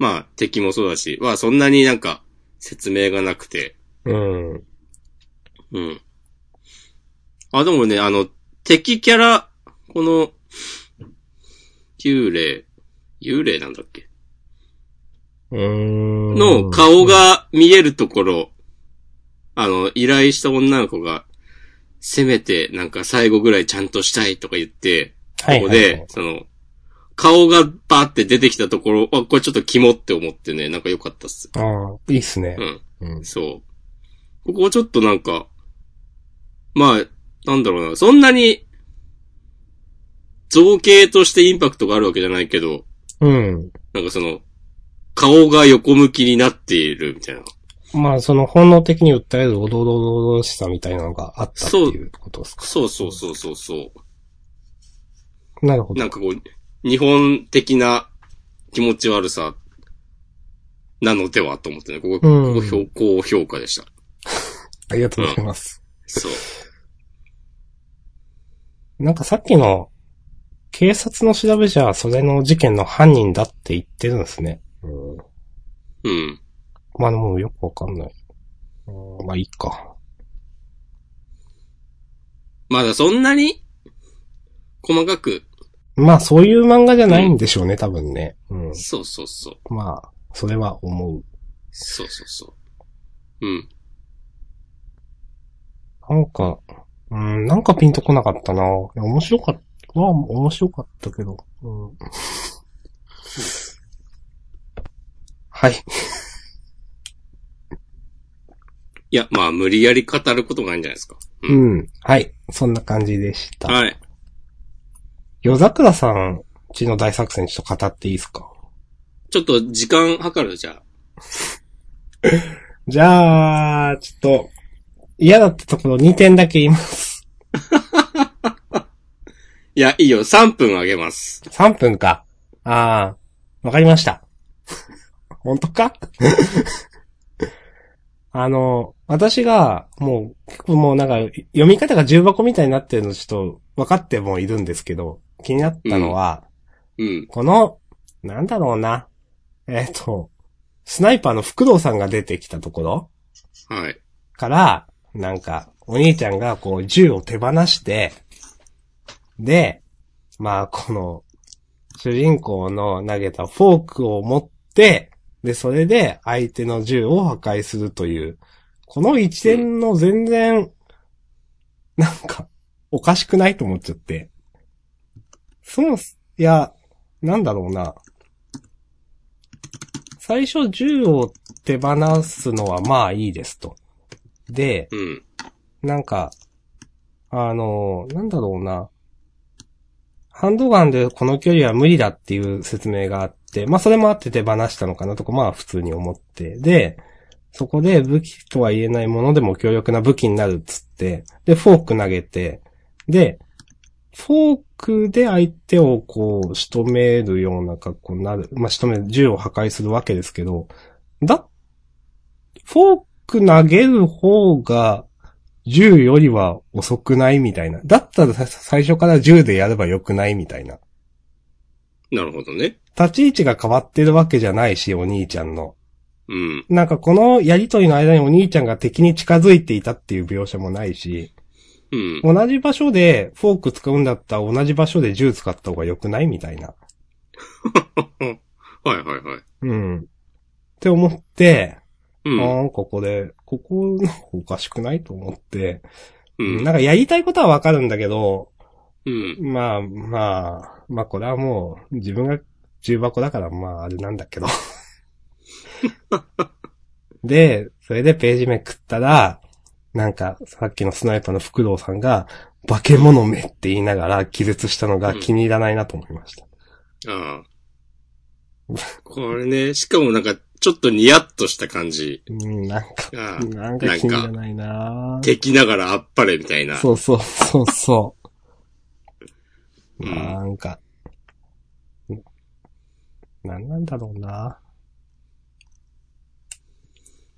A: まあ敵もそうだし、はそんなになんか説明がなくて、
B: うん。
A: うん。あ、でもね、あの、敵キャラ、この、幽霊、幽霊なんだっけ
B: うん。
A: の顔が見えるところ、あの、依頼した女の子が、せめて、なんか最後ぐらいちゃんとしたいとか言って、
B: はい
A: ここ
B: はいはい
A: で、その、顔がバーって出てきたところ、あ、これちょっと肝って思ってね、なんか良かったっす。
B: ああ、いいっすね
A: う。ん。
B: うん。
A: そう。ここちょっとなんか、まあ、なんだろうな、そんなに、造形としてインパクトがあるわけじゃないけど、
B: うん。
A: なんかその、顔が横向きになっているみたいな。
B: まあ、その本能的に訴えるおどろどろしさみたいなのがあったっていうことですか。
A: そうそうそうそうそ
B: なるほ
A: う。
B: ど
A: な。んかこう、日本的な気持ち悪さ、なのではと思ってね、ここ、こ
B: うん
A: こ評高評価でした。
B: ありがとうございます。
A: そう。
B: なんかさっきの、警察の調べじゃ、それの事件の犯人だって言ってるんですね。うん。
A: うん。
B: まあでもよくわかんない。うんまあいいか。
A: まだそんなに、細かく、
B: まあそういう漫画じゃないんでしょうね、多分ね。うん。
A: そうそうそう。
B: まあ、それは思う。
A: そうそうそう。うん。
B: なんか、うん、なんかピンとこなかったな。いや面白かった。は、面白かったけど。うん。はい。
A: いや、まあ、無理やり語ることがないんじゃないですか。
B: う
A: うん。
B: ん。はい。そんな感じでした。
A: はい。
B: 夜桜さんちの大作戦ちょっと語っていいですか
A: ちょっと時間計るじゃあ。
B: じゃあ、ちょっと、嫌だったところ2点だけ言います。
A: いや、いいよ。3分あげます。
B: 3分か。ああ、わかりました。本当か あの、私が、もう、結構もうなんか、読み方が重箱みたいになってるのちょっと分かってもいるんですけど、気になったのは、
A: うん。
B: この、なんだろうな。えっ、と、スナイパーの福堂さんが出てきたところ
A: はい。
B: から、なんか、お兄ちゃんがこう銃を手放して、で、まあこの、主人公の投げたフォークを持って、で、それで相手の銃を破壊するという、この一連の全然、なんか、おかしくないと思っちゃって。そもそ、いや、なんだろうな。最初銃を手放すのはまあいいですと。で、
A: うん。
B: なんか、あの、なんだろうな。ハンドガンでこの距離は無理だっていう説明があって、まあそれもあって手放したのかなとか、まあ普通に思って。で、そこで武器とは言えないものでも強力な武器になるっつって、で、フォーク投げて、で、フォークで相手をこう仕留めるような格好になる。まあ仕留める、銃を破壊するわけですけど、だ、フォーク投げる方が銃よりは遅くないみたいな。だったらさ最初から銃でやればよくないみたいな。
A: なるほどね。
B: 立ち位置が変わってるわけじゃないし、お兄ちゃんの。
A: うん。
B: なんかこのやりとりの間にお兄ちゃんが敵に近づいていたっていう描写もないし、
A: うん。
B: 同じ場所でフォーク使うんだったら同じ場所で銃使った方がよくないみたいな。
A: はいはいはい。
B: うん。って思って、
A: うん。
B: なんかこれ、ここなんかおかしくないと思って、
A: うん。
B: なんかやりたいことはわかるんだけど、
A: うん。
B: まあまあ、まあこれはもう自分が重箱だからまああれなんだけ ど。で、それでページ目食ったら、なんかさっきのスナイパーの福堂さんが、化け物めって言いながら気絶したのが気に入らないなと思いました。
A: ああ。これね、しかもなんか、ちょっとニヤッとした感じ。
B: うん、なんか、
A: ああ。
B: なんか気に入らないな
A: 敵ながらあっぱれみたいな。
B: そうそうそうそ
A: う
B: う。
A: ん
B: なんか、なんなんだろうな。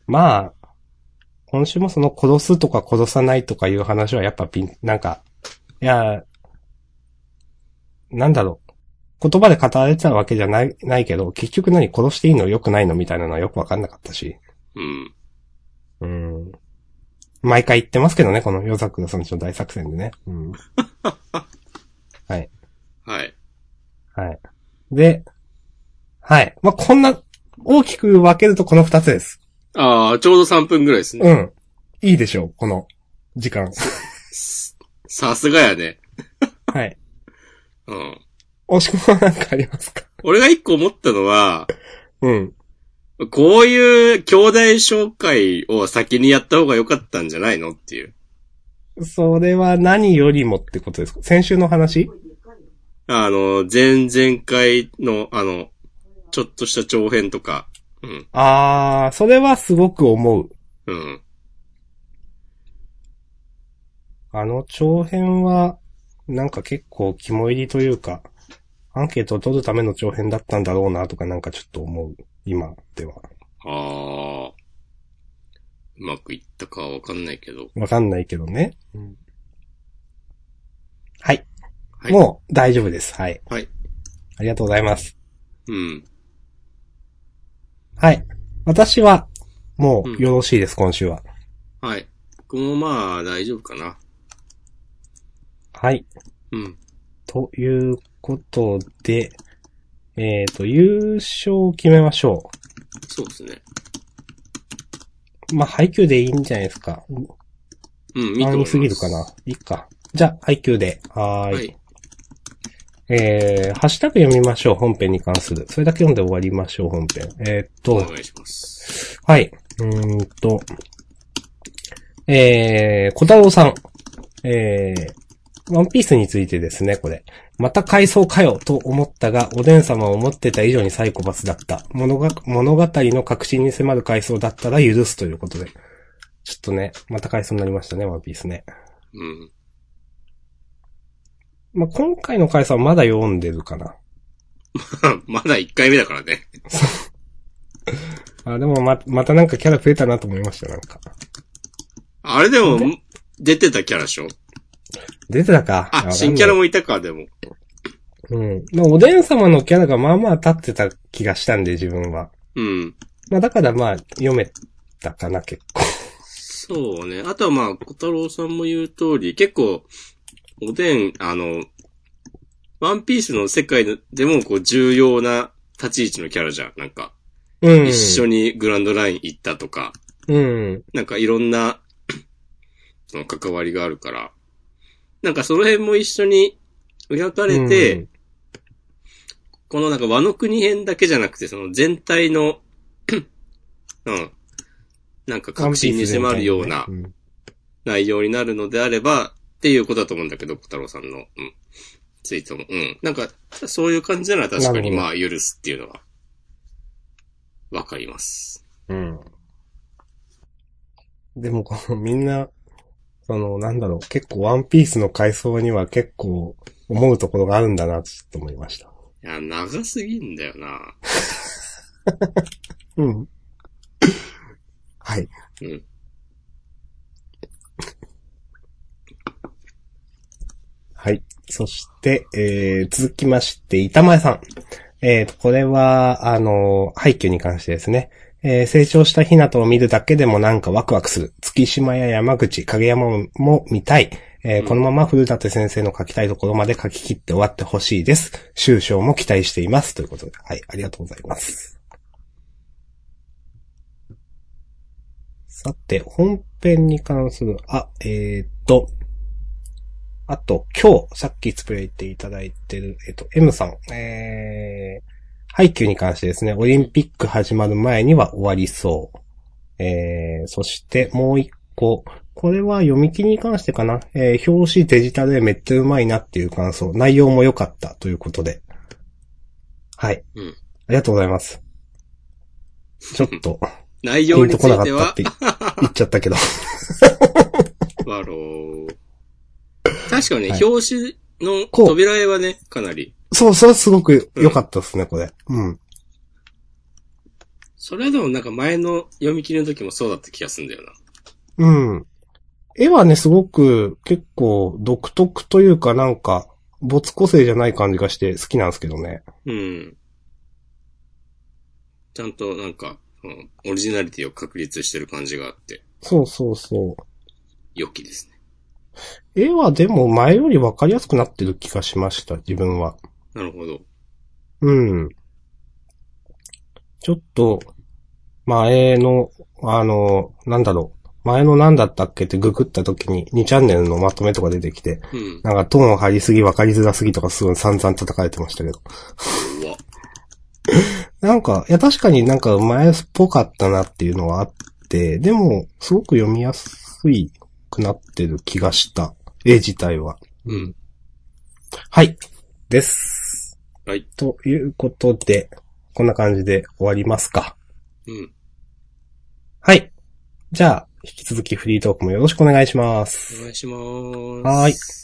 B: まあ、今週もその殺すとか殺さないとかいう話はやっぱピン、なんか、いや、なんだろう。言葉で語られてたわけじゃない、ないけど、結局何殺していいの良くないのみたいなのはよくわかんなかったし。
A: うん。
B: うん。毎回言ってますけどね、この夜桜さんちの大作戦でね。うん。
A: はい。
B: はい。で、はい。まあ、こんな、大きく分けるとこの二つです。
A: ああ、ちょうど3分ぐらいですね。
B: うん。いいでしょう、この、時間。
A: すさすがやね。
B: はい。
A: うん。
B: 押し込まなんかありますか
A: 俺が一個思ったのは、
B: うん。
A: こういう兄弟紹介を先にやった方が良かったんじゃないのっていう。
B: それは何よりもってことですか先週の話
A: あの、前々回の、あの、ちょっとした長編とか。うん。
B: あー、それはすごく思う。
A: うん。
B: あの長編は、なんか結構肝入りというか、アンケートを取るための長編だったんだろうなとかなんかちょっと思う。今では。
A: ああ。うまくいったかはわかんないけど。
B: わかんないけどね。はい。
A: はい
B: もう大丈夫です。はい。
A: はい。
B: ありがとうございます。
A: うん。
B: はい。私は、も
A: うん
B: うよろしいです、今週は。
A: はい。僕もまあ、大丈夫かな。
B: はい。
A: うん。
B: ということで、えっ、と、優勝を決めましょ
A: そうですね。
B: う。まあ、配給でいいんじゃないですか。
A: うん、見て
B: 安易すぎるかな。いいか。じゃあ、配給で。はーい。
A: はい。
B: えー、ハッシュタグ読みましょう、本編に関する。それだけ読んで終わりましょう、本編。えーっ
A: お
B: と、
A: 願いします。
B: はい。うーんと、えー、小太郎さん。えー、ワンピースについてですね、これ。また回想かよと思ったが、おでん様は思ってた以上にサイコパスだった。物が物語の核心に迫る回想だったら許すということで。ちょっとね、また回想になりましたね、ワンピースね。
A: うん。
B: まあ、今回の回想はまだ読んでるかな。
A: まだ1回目だからね。
B: あ、でもま、またなんかキャラ増えたなと思いました、なんか。
A: あれでも、出てたキャラでしょ
B: 出てたか。
A: あ、新キャラ
B: も。
A: もいたか、でも。
B: うん。まあおでん様のキャラがまあまあ立ってた気がしたんで、自分は。
A: うん。
B: まあだからまあ、読めたかな、結構。
A: そうね。あとはまあ、小太郎さんも言う通り、結構、おでん、あの、ワンピースの世界でも、こう、重要な立ち位置のキャラじゃん。なんか、
B: う ん。
A: 一緒
B: に。
A: にグランドライン行ったとか、
B: うん。
A: なんかいろんな、その関わりがあるから、なんかその辺も一緒に描かれて、
B: うん
A: このなんか和の国編だけじゃなくて、その全体の、 うん、なんか核心に迫るような
B: ワンピース全体のね
A: 内容になるのであれば、っていうことだと思うんだけど、小太郎さんの、うん、ツイートも。うん。なんか、そういう感じなら確か
B: なる
A: に
B: ほど
A: まあ許すっていうのは、わかります。
B: うん。うん。でもこの、みんな、その、なんだろう、結構ワンピースの回想には結構思うところがあるんだな、ちょっと思いました。
A: いや、長すぎんだよな。
B: うん。はい。
A: うん。
B: はい。そして、えー、続きまして、板前さん。えーと、これは、あのー、配給に関してですね。えー成長したひなとを見るだけでもなんかワクワクする。月島や山口、影山もも見たい。えー
A: うん
B: このまま古舘先生の書きたいところまで書き切って終わってほしいです。終章も期待しています。ということで、はい、ありがとうございます。さて、本編に関する、あ、えーっと、あと、今日、さっきつぶやいていただいてる、えっと、M さん、えー、配給に関してですね、オリンピック始まる前には終わりそう。えー、そして、もう一個、これは読み切りに関してかな、えー、表紙デジタルでめっちゃうまいなっていう感想、内容も良かったということで。はい。
A: うん
B: ありがとうございます。ちょっ と、
A: 内
B: ピ
A: 容
B: ン
A: に
B: と
A: つ
B: こなか
A: い
B: ってたっ
A: は
B: て、言っちゃったけど。
A: わろう。確かにね、
B: はい
A: 表紙の
B: こう
A: 扉絵はね、かなり。
B: そう、それはすごく良かったですね、これ。うん。
A: それでもなんか前の読み切りの時もそうだった気がするんだよな。
B: うん。絵はね、すごく結構独特というかなんか、没個性じゃない感じがして好きなんですけどね。
A: うん。ちゃんとなんか、うんオリジナリティを確立してる感じがあって、
B: そうそうそう。
A: 良きですね。
B: 絵はでも前より分かりやすくなってる気がしました、自分は。
A: なるほど。
B: うん。ちょっと、前の、あの、なんだろう。前の何だったっけってググった時に2チャンネルのまとめとか出てきて、
A: うん。
B: なんかトーン張りすぎ分かりづらすぎとかすごい散々叩かれてましたけど。
A: うわ。
B: なんか、いや確かになんか前っぽかったなっていうのはあって、でも、すごく読みやすいくなってる気がした。絵自体は。
A: うん。
B: はい。です。
A: はい。
B: ということで、こんな感じで終わりますか。
A: うん。
B: はい。じゃあ、引き続きフリートークもよろしくお願いします。
A: お願いします。
B: はーい。